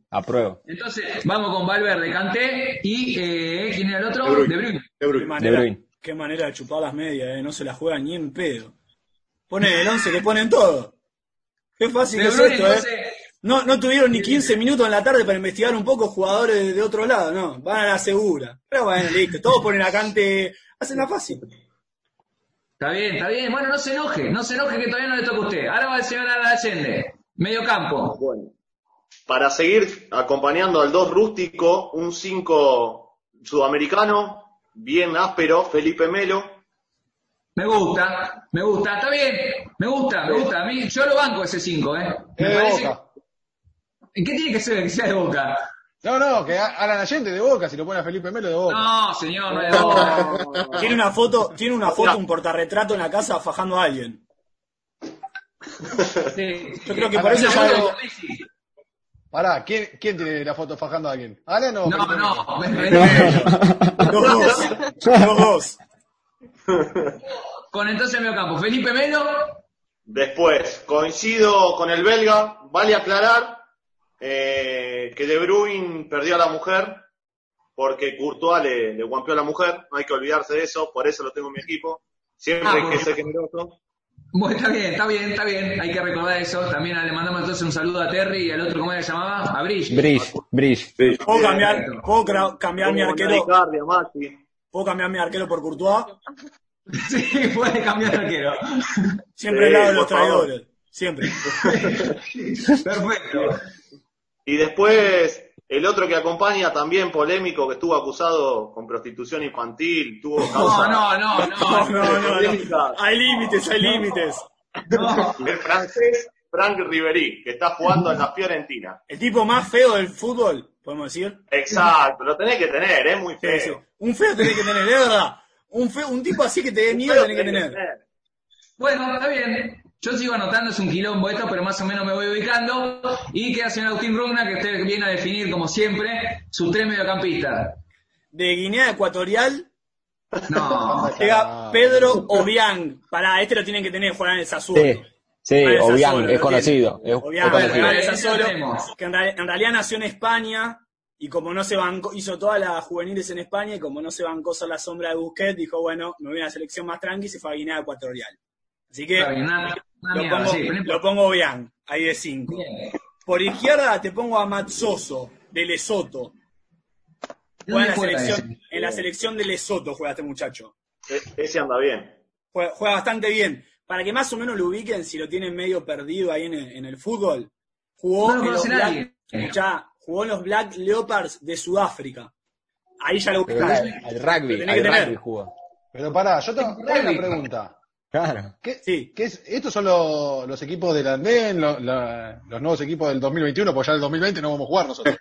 [SPEAKER 7] Apruebo.
[SPEAKER 3] Entonces, vamos con Valverde, Canté y eh, ¿quién era el otro?
[SPEAKER 5] De Bruyne. De
[SPEAKER 4] Qué
[SPEAKER 5] Bruyne.
[SPEAKER 4] manera,
[SPEAKER 7] Bruyne.
[SPEAKER 4] qué manera de chupar las medias, eh. No se las juega ni en pedo. Ponen el 11 que ponen todo. Qué fácil
[SPEAKER 3] De
[SPEAKER 4] es
[SPEAKER 3] Bruyne,
[SPEAKER 4] esto, eh.
[SPEAKER 3] entonces-
[SPEAKER 4] No, no tuvieron ni 15 minutos en la tarde para investigar un poco jugadores de, de otro lado, no. Van a la segura. Pero bueno, listo. Todos ponen a Cante. Hacen la fácil.
[SPEAKER 3] Está bien, está bien. Bueno, no se enoje, no se enoje que todavía no le toca a usted. Ahora va el señor Alan Allende, medio campo.
[SPEAKER 9] Bueno, para seguir acompañando al 2 rústico, un 5 sudamericano, bien áspero, Felipe Melo.
[SPEAKER 3] Me gusta, me gusta, está bien, me gusta, me gusta. A mí, yo lo banco ese 5, ¿eh?
[SPEAKER 8] Es
[SPEAKER 3] Me
[SPEAKER 8] de
[SPEAKER 3] parece-
[SPEAKER 8] Boca.
[SPEAKER 3] ¿En qué tiene que ser que sea de boca?
[SPEAKER 8] No, no, que a- Alan Allende de Boca, si lo pone a Felipe Melo de Boca.
[SPEAKER 3] No, señor, no es de boca.
[SPEAKER 4] Tiene una foto, tiene una foto, un portarretrato en la casa fajando a alguien.
[SPEAKER 3] Sí.
[SPEAKER 4] Yo creo que
[SPEAKER 8] Alan
[SPEAKER 4] por eso
[SPEAKER 8] Allende
[SPEAKER 4] ya
[SPEAKER 8] de Boca. Pará, ¿quién, quién tiene la foto fajando a alguien? ¿Alan o
[SPEAKER 3] No,
[SPEAKER 8] Felipe Melo?
[SPEAKER 3] no, me- me-
[SPEAKER 4] los dos. Los dos.
[SPEAKER 3] con entonces medio campo. Felipe Melo,
[SPEAKER 9] Después, coincido con el belga, vale aclarar eh, que De Bruyne perdió a la mujer porque Courtois le, le guampeó a la mujer, no hay que olvidarse de eso, por eso lo tengo en mi equipo. Siempre
[SPEAKER 3] Ah,
[SPEAKER 9] hay
[SPEAKER 3] bueno.
[SPEAKER 9] que ser generoso.
[SPEAKER 3] bueno, está bien, está bien, está bien, hay que recordar eso. También le mandamos entonces un saludo a Terry y al otro, ¿cómo era que llamaba? A Brish.
[SPEAKER 7] Brish, Brish.
[SPEAKER 4] Puedo cambiar, puedo cra- cambiar mi
[SPEAKER 9] Como
[SPEAKER 4] arquero,
[SPEAKER 9] Icardi, Maxi.
[SPEAKER 4] puedo cambiar mi arquero por Courtois.
[SPEAKER 3] Sí, puede cambiar de arquero.
[SPEAKER 4] Siempre al
[SPEAKER 9] Sí,
[SPEAKER 4] lado de los
[SPEAKER 9] por favor.
[SPEAKER 4] traidores. Siempre.
[SPEAKER 3] Perfecto.
[SPEAKER 9] Y después, El otro que acompaña también polémico, que estuvo acusado con prostitución infantil, tuvo
[SPEAKER 3] No,
[SPEAKER 9] causa.
[SPEAKER 3] no, no, no.
[SPEAKER 4] No, no,
[SPEAKER 9] Polémica.
[SPEAKER 4] no. Ah, Hay límites, hay límites.
[SPEAKER 9] El francés Frank Ribery, que está jugando en la Fiorentina.
[SPEAKER 4] El tipo más feo del fútbol, podemos decir.
[SPEAKER 9] Exacto, lo tenés que tener, es muy feo.
[SPEAKER 4] Sí, sí. Un feo tenés que tener, es verdad. Un, feo, un tipo así que te dé miedo
[SPEAKER 9] Feo
[SPEAKER 4] tenés que tener.
[SPEAKER 3] Bueno, está bien. Yo sigo anotando, es un quilombo esto, pero más o menos me voy ubicando. Y queda señor Agustín Brugna, que usted viene a definir, como siempre, sus tres mediocampistas.
[SPEAKER 4] De Guinea Ecuatorial
[SPEAKER 3] No.
[SPEAKER 4] llega Pedro Obiang. Pará, este lo tienen que tener, Juan el Sassuolo.
[SPEAKER 7] Sí, sí,
[SPEAKER 4] Juan el Sassuolo,
[SPEAKER 7] Obiang,
[SPEAKER 4] lo
[SPEAKER 7] es
[SPEAKER 4] tiene.
[SPEAKER 7] conocido. Es, es
[SPEAKER 4] Obiang,
[SPEAKER 3] Bueno,
[SPEAKER 7] conocido.
[SPEAKER 4] Juan el
[SPEAKER 3] ya
[SPEAKER 4] Sassuolo,
[SPEAKER 3] tenemos.
[SPEAKER 4] que en, real- en realidad nació en España y como no se bancó, hizo todas las juveniles en España y como no se bancó ser la sombra de Busquets, dijo, bueno, me voy a la selección más tranqui y se fue a Guinea Ecuatorial. Así que
[SPEAKER 3] Está bien, una- una
[SPEAKER 4] lo,
[SPEAKER 3] mierda,
[SPEAKER 4] pongo,
[SPEAKER 3] sí, pero no
[SPEAKER 4] lo
[SPEAKER 3] importa.
[SPEAKER 4] pongo Obiang, ahí de 5.
[SPEAKER 3] Bien.
[SPEAKER 4] Por izquierda te pongo a Matsoso, de Lesoto. Juega en
[SPEAKER 3] ¿Dónde
[SPEAKER 4] la,
[SPEAKER 3] juega
[SPEAKER 4] selección, en la selección de Lesoto juega este muchacho.
[SPEAKER 9] E- Ese anda bien.
[SPEAKER 4] Juega, juega bastante bien. Para que más o menos lo ubiquen, si lo tienen medio perdido ahí en el, en el fútbol, jugó,
[SPEAKER 3] No lo
[SPEAKER 4] en los
[SPEAKER 3] conoce
[SPEAKER 4] Black,
[SPEAKER 3] nadie.
[SPEAKER 4] escuchá, jugó en los Black Leopards de Sudáfrica. Ahí ya lo
[SPEAKER 7] Pero
[SPEAKER 4] ubicás.
[SPEAKER 7] al
[SPEAKER 4] Lo
[SPEAKER 7] rugby,
[SPEAKER 4] tenés que
[SPEAKER 7] al
[SPEAKER 4] tener.
[SPEAKER 7] rugby jugó.
[SPEAKER 8] Pero pará, yo tengo una pregunta.
[SPEAKER 7] Claro.
[SPEAKER 8] ¿Qué,
[SPEAKER 4] Sí.
[SPEAKER 8] qué es, ¿Estos son lo- los equipos del Andén, lo- la- los nuevos equipos del 2021? Porque pues ya el 2020 no vamos a jugar nosotros.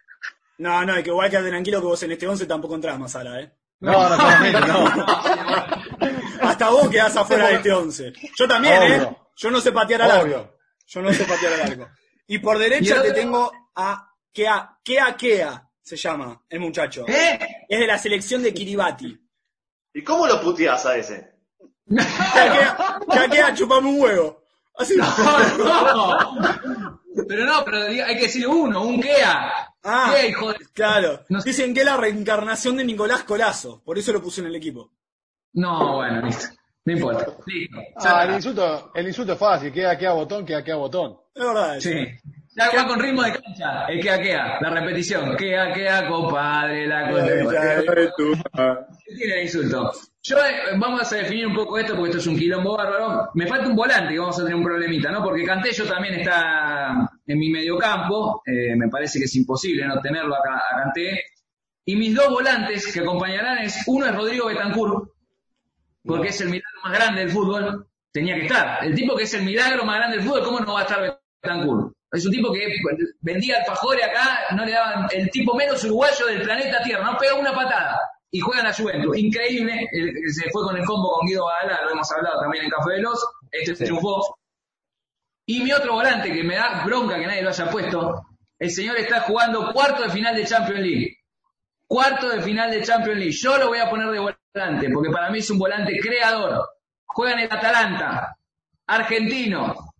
[SPEAKER 4] No, no, es que igual quedate tranquilo que vos en este 11 tampoco entrás más ¿eh?
[SPEAKER 8] No, no, claramente no.
[SPEAKER 4] Hasta vos quedás afuera de este 11. Yo también, ¿eh?
[SPEAKER 8] Obvio.
[SPEAKER 4] Yo no sé patear al
[SPEAKER 8] Obvio.
[SPEAKER 4] arco. Yo no sé patear al arco. Y por derecha
[SPEAKER 3] Y el
[SPEAKER 4] te
[SPEAKER 3] otro-
[SPEAKER 4] tengo a Kea, Kea Kea, se llama el muchacho.
[SPEAKER 3] ¿Eh?
[SPEAKER 4] Es de la selección de Kiribati.
[SPEAKER 9] ¿Y cómo lo puteás a ese?
[SPEAKER 4] Kea Kea, Kea Kea, chupame un huevo. Así.
[SPEAKER 3] Pero no, pero diga- hay que decirle uno, un Kea.
[SPEAKER 4] Ah,
[SPEAKER 3] Kea, hijo de...
[SPEAKER 4] claro.
[SPEAKER 3] No sé.
[SPEAKER 4] Dicen que es la reencarnación de Nicolás Colazo. Por eso lo puso en el equipo.
[SPEAKER 3] No, bueno, listo. No importa. Listo.
[SPEAKER 8] Ah, el
[SPEAKER 3] Ya,
[SPEAKER 8] insulto, el insulto es fácil, queda, queda botón, queda, queda botón.
[SPEAKER 4] Es verdad. eso.
[SPEAKER 3] sí. Ya va con ritmo de cancha. El Kea, Kea. La repetición. Kea, Kea, compadre, la
[SPEAKER 4] Ya,
[SPEAKER 3] cosa.
[SPEAKER 4] ya, ya.
[SPEAKER 3] ¿Qué tiene el insulto? Yo, eh, vamos a definir un poco esto porque esto es un quilombo bárbaro. Me falta un volante que vamos a tener un problemita, ¿no? Porque Cantello también está en mi mediocampo. Eh, me parece que es imposible no tenerlo acá a Canté. Y mis dos volantes que acompañarán es, uno es Rodrigo Betancourt, porque es el milagro más grande del fútbol. Tenía que estar. El tipo que es el milagro más grande del fútbol, ¿cómo no va a estar Betancourt? Es un tipo que vendía alfajores acá, no le daban el tipo menos uruguayo del planeta Tierra, no pega una patada y juega en la Juventus. Increíble, el- el- se fue con el combo con Guido Badalá, lo hemos hablado también en Café Veloz, este triunfó. Y mi otro volante que me da bronca que nadie lo haya puesto, el señor está jugando cuarto de final de Champions League cuarto de final de Champions League. Yo lo voy a poner de volante, porque para mí es un volante creador. Juega en el Atalanta, argentino.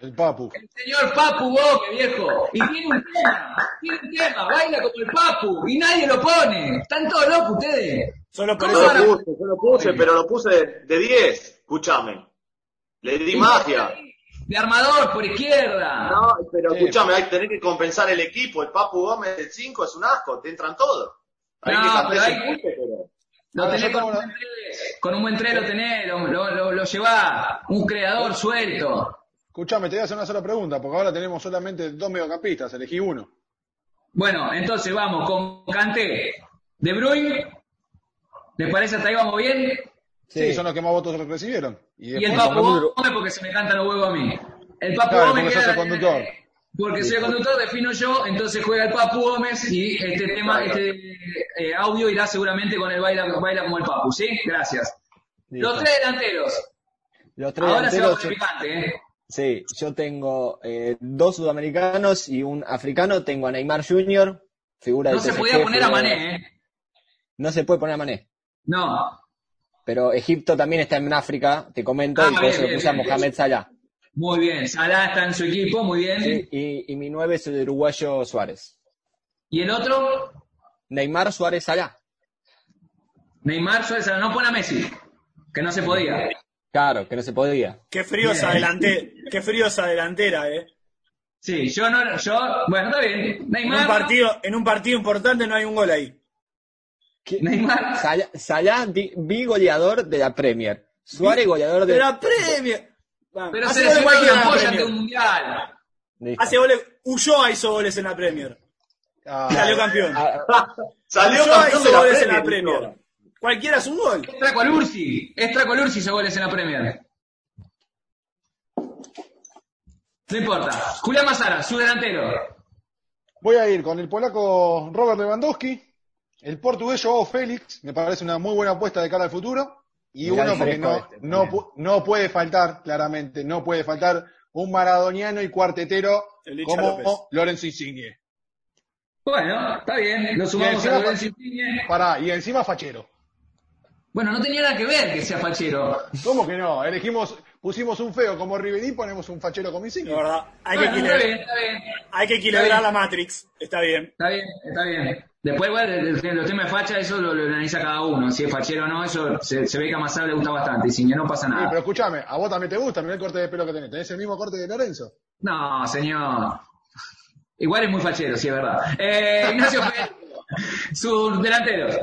[SPEAKER 8] El Papu.
[SPEAKER 3] El señor Papu Boque, viejo. Y tiene un tema, tiene un tema, baila como el Papu. Y nadie lo pone. Están todos locos ustedes.
[SPEAKER 4] Solo por
[SPEAKER 9] Yo
[SPEAKER 4] eso.
[SPEAKER 3] Ahora-
[SPEAKER 9] lo puse, yo lo puse, pero lo puse de 10, escúchame. Le di magia.
[SPEAKER 3] De armador, por izquierda.
[SPEAKER 9] No, pero
[SPEAKER 8] Sí.
[SPEAKER 9] escúchame, hay que tener que compensar el equipo. El Papu Gómez del 5 es un asco, te entran todos. Hay
[SPEAKER 3] No,
[SPEAKER 9] que cantar
[SPEAKER 3] pero
[SPEAKER 9] ese
[SPEAKER 3] hay-
[SPEAKER 9] punto, pero-
[SPEAKER 3] Lo
[SPEAKER 8] Ahora, yo
[SPEAKER 3] tenés con
[SPEAKER 8] tengo
[SPEAKER 3] un buen
[SPEAKER 8] una-
[SPEAKER 3] tres, con un buen tren lo tenés, lo, lo, lo- lo llevás. Un creador suelto.
[SPEAKER 8] Escuchame, te voy a hacer una sola pregunta, porque ahora tenemos solamente dos mediocampistas, elegí uno.
[SPEAKER 3] Bueno, entonces vamos con Kanté, De Bruyne. ¿Les parece hasta ahí vamos bien?
[SPEAKER 8] Sí, son los que más votos recibieron. Y
[SPEAKER 3] Y el
[SPEAKER 8] después-
[SPEAKER 3] Papu Gómez porque se me cantan los huevos a mí. El Papu
[SPEAKER 8] Claro,
[SPEAKER 3] Gómez
[SPEAKER 8] porque sos
[SPEAKER 3] queda
[SPEAKER 8] el
[SPEAKER 3] la-
[SPEAKER 8] conductor.
[SPEAKER 3] Porque soy el conductor, defino yo, entonces juega el Papu Gómez y este tema, este eh, audio irá seguramente con el baila, baila como el Papu, ¿sí? Gracias. Los
[SPEAKER 7] Listo.
[SPEAKER 3] tres delanteros.
[SPEAKER 7] Los tres
[SPEAKER 3] Ahora se va
[SPEAKER 7] delanteros,
[SPEAKER 3] con el picante, ¿eh?
[SPEAKER 7] sí, yo tengo eh, dos sudamericanos y un africano. Tengo a Neymar Jr., figura
[SPEAKER 3] No
[SPEAKER 7] del
[SPEAKER 3] se
[SPEAKER 7] PSG,
[SPEAKER 3] podía poner a
[SPEAKER 7] figura de-
[SPEAKER 3] Mané, ¿eh?
[SPEAKER 7] No se puede poner a Mané.
[SPEAKER 3] No.
[SPEAKER 7] Pero Egipto también está en África, te comento,
[SPEAKER 3] Ah,
[SPEAKER 7] y por
[SPEAKER 3] bien,
[SPEAKER 7] eso le
[SPEAKER 3] bien,
[SPEAKER 7] puse a
[SPEAKER 3] bien.
[SPEAKER 7] Mohamed Salah.
[SPEAKER 3] Muy bien. Salah está en su equipo, muy bien.
[SPEAKER 7] Sí, Y, y mi nueve es el uruguayo Suárez.
[SPEAKER 3] ¿Y el otro?
[SPEAKER 7] Neymar Suárez Salah.
[SPEAKER 3] Neymar Suárez no pone a Messi, que no se podía.
[SPEAKER 7] Claro, que no se podía.
[SPEAKER 4] Qué frío esa
[SPEAKER 3] Bien.
[SPEAKER 4] delante- qué frío esa delantera, eh.
[SPEAKER 3] Sí, yo no, yo, bueno, está bien.
[SPEAKER 4] En
[SPEAKER 3] Neymar,
[SPEAKER 4] un partido, en un partido importante no hay un gol ahí.
[SPEAKER 3] Neymar,
[SPEAKER 7] Salah, Salah, vi, vi goleador de la Premier. Suárez goleador de
[SPEAKER 4] Pero
[SPEAKER 7] la...
[SPEAKER 4] la Premier. Va,
[SPEAKER 3] pero
[SPEAKER 4] hace
[SPEAKER 3] se
[SPEAKER 4] goles
[SPEAKER 3] lesionó la
[SPEAKER 4] cualquiera en la
[SPEAKER 3] polla ante
[SPEAKER 4] Premier.
[SPEAKER 3] un mundial.
[SPEAKER 7] Listo.
[SPEAKER 4] Hace goles, Ulloa hizo goles en la Premier.
[SPEAKER 8] Ah,
[SPEAKER 4] Salió campeón.
[SPEAKER 9] Salió
[SPEAKER 4] Ulloa
[SPEAKER 9] campeón
[SPEAKER 4] hizo
[SPEAKER 9] de la
[SPEAKER 4] goles en
[SPEAKER 9] Premier,
[SPEAKER 4] la Premier. Cualquiera es un gol.
[SPEAKER 3] Es Tracolursi. Es Tracolursi hizo goles en la Premier. No importa. Julián Mazara, su delantero.
[SPEAKER 8] voy a ir con el polaco Robert Lewandowski, el portugués Joao Félix, me parece una muy buena apuesta de cara al futuro, y
[SPEAKER 7] Mirá
[SPEAKER 8] uno
[SPEAKER 7] el
[SPEAKER 8] porque
[SPEAKER 7] fresco
[SPEAKER 8] no,
[SPEAKER 7] este
[SPEAKER 8] no, pu- no puede faltar, claramente, no puede faltar un maradoniano y cuartetero
[SPEAKER 4] El Licha López.
[SPEAKER 8] como Lorenzo Insigne.
[SPEAKER 3] Bueno, está bien. Lo
[SPEAKER 8] Y
[SPEAKER 3] sumamos
[SPEAKER 8] encima
[SPEAKER 3] a Lorenzo
[SPEAKER 8] fa-
[SPEAKER 3] Insigne.
[SPEAKER 8] Pará, y encima fachero.
[SPEAKER 3] Bueno, no tenía nada que ver que sea fachero.
[SPEAKER 8] ¿Cómo que no? Elegimos, pusimos un feo como Riverí, ponemos un fachero como Insigne.
[SPEAKER 4] La verdad, hay
[SPEAKER 3] Bueno,
[SPEAKER 4] que,
[SPEAKER 3] está
[SPEAKER 4] equilibrar-
[SPEAKER 3] bien, está bien.
[SPEAKER 4] hay que equilibrar la Matrix. Está bien.
[SPEAKER 3] Está bien, está bien. Después, igual, el- el- los temas de facha, eso lo, lo analiza cada uno. Si es fachero o no, eso se, se ve que a Mazara le gusta bastante. Y si no, no pasa
[SPEAKER 8] Sí, pero
[SPEAKER 3] nada.
[SPEAKER 8] escúchame, a vos también te gusta, mirá el corte de pelo que tenés. Tenés el mismo corte de Lorenzo.
[SPEAKER 3] No, señor. Igual es muy fachero, sí, es verdad. Eh, Ignacio Fede, su delantero.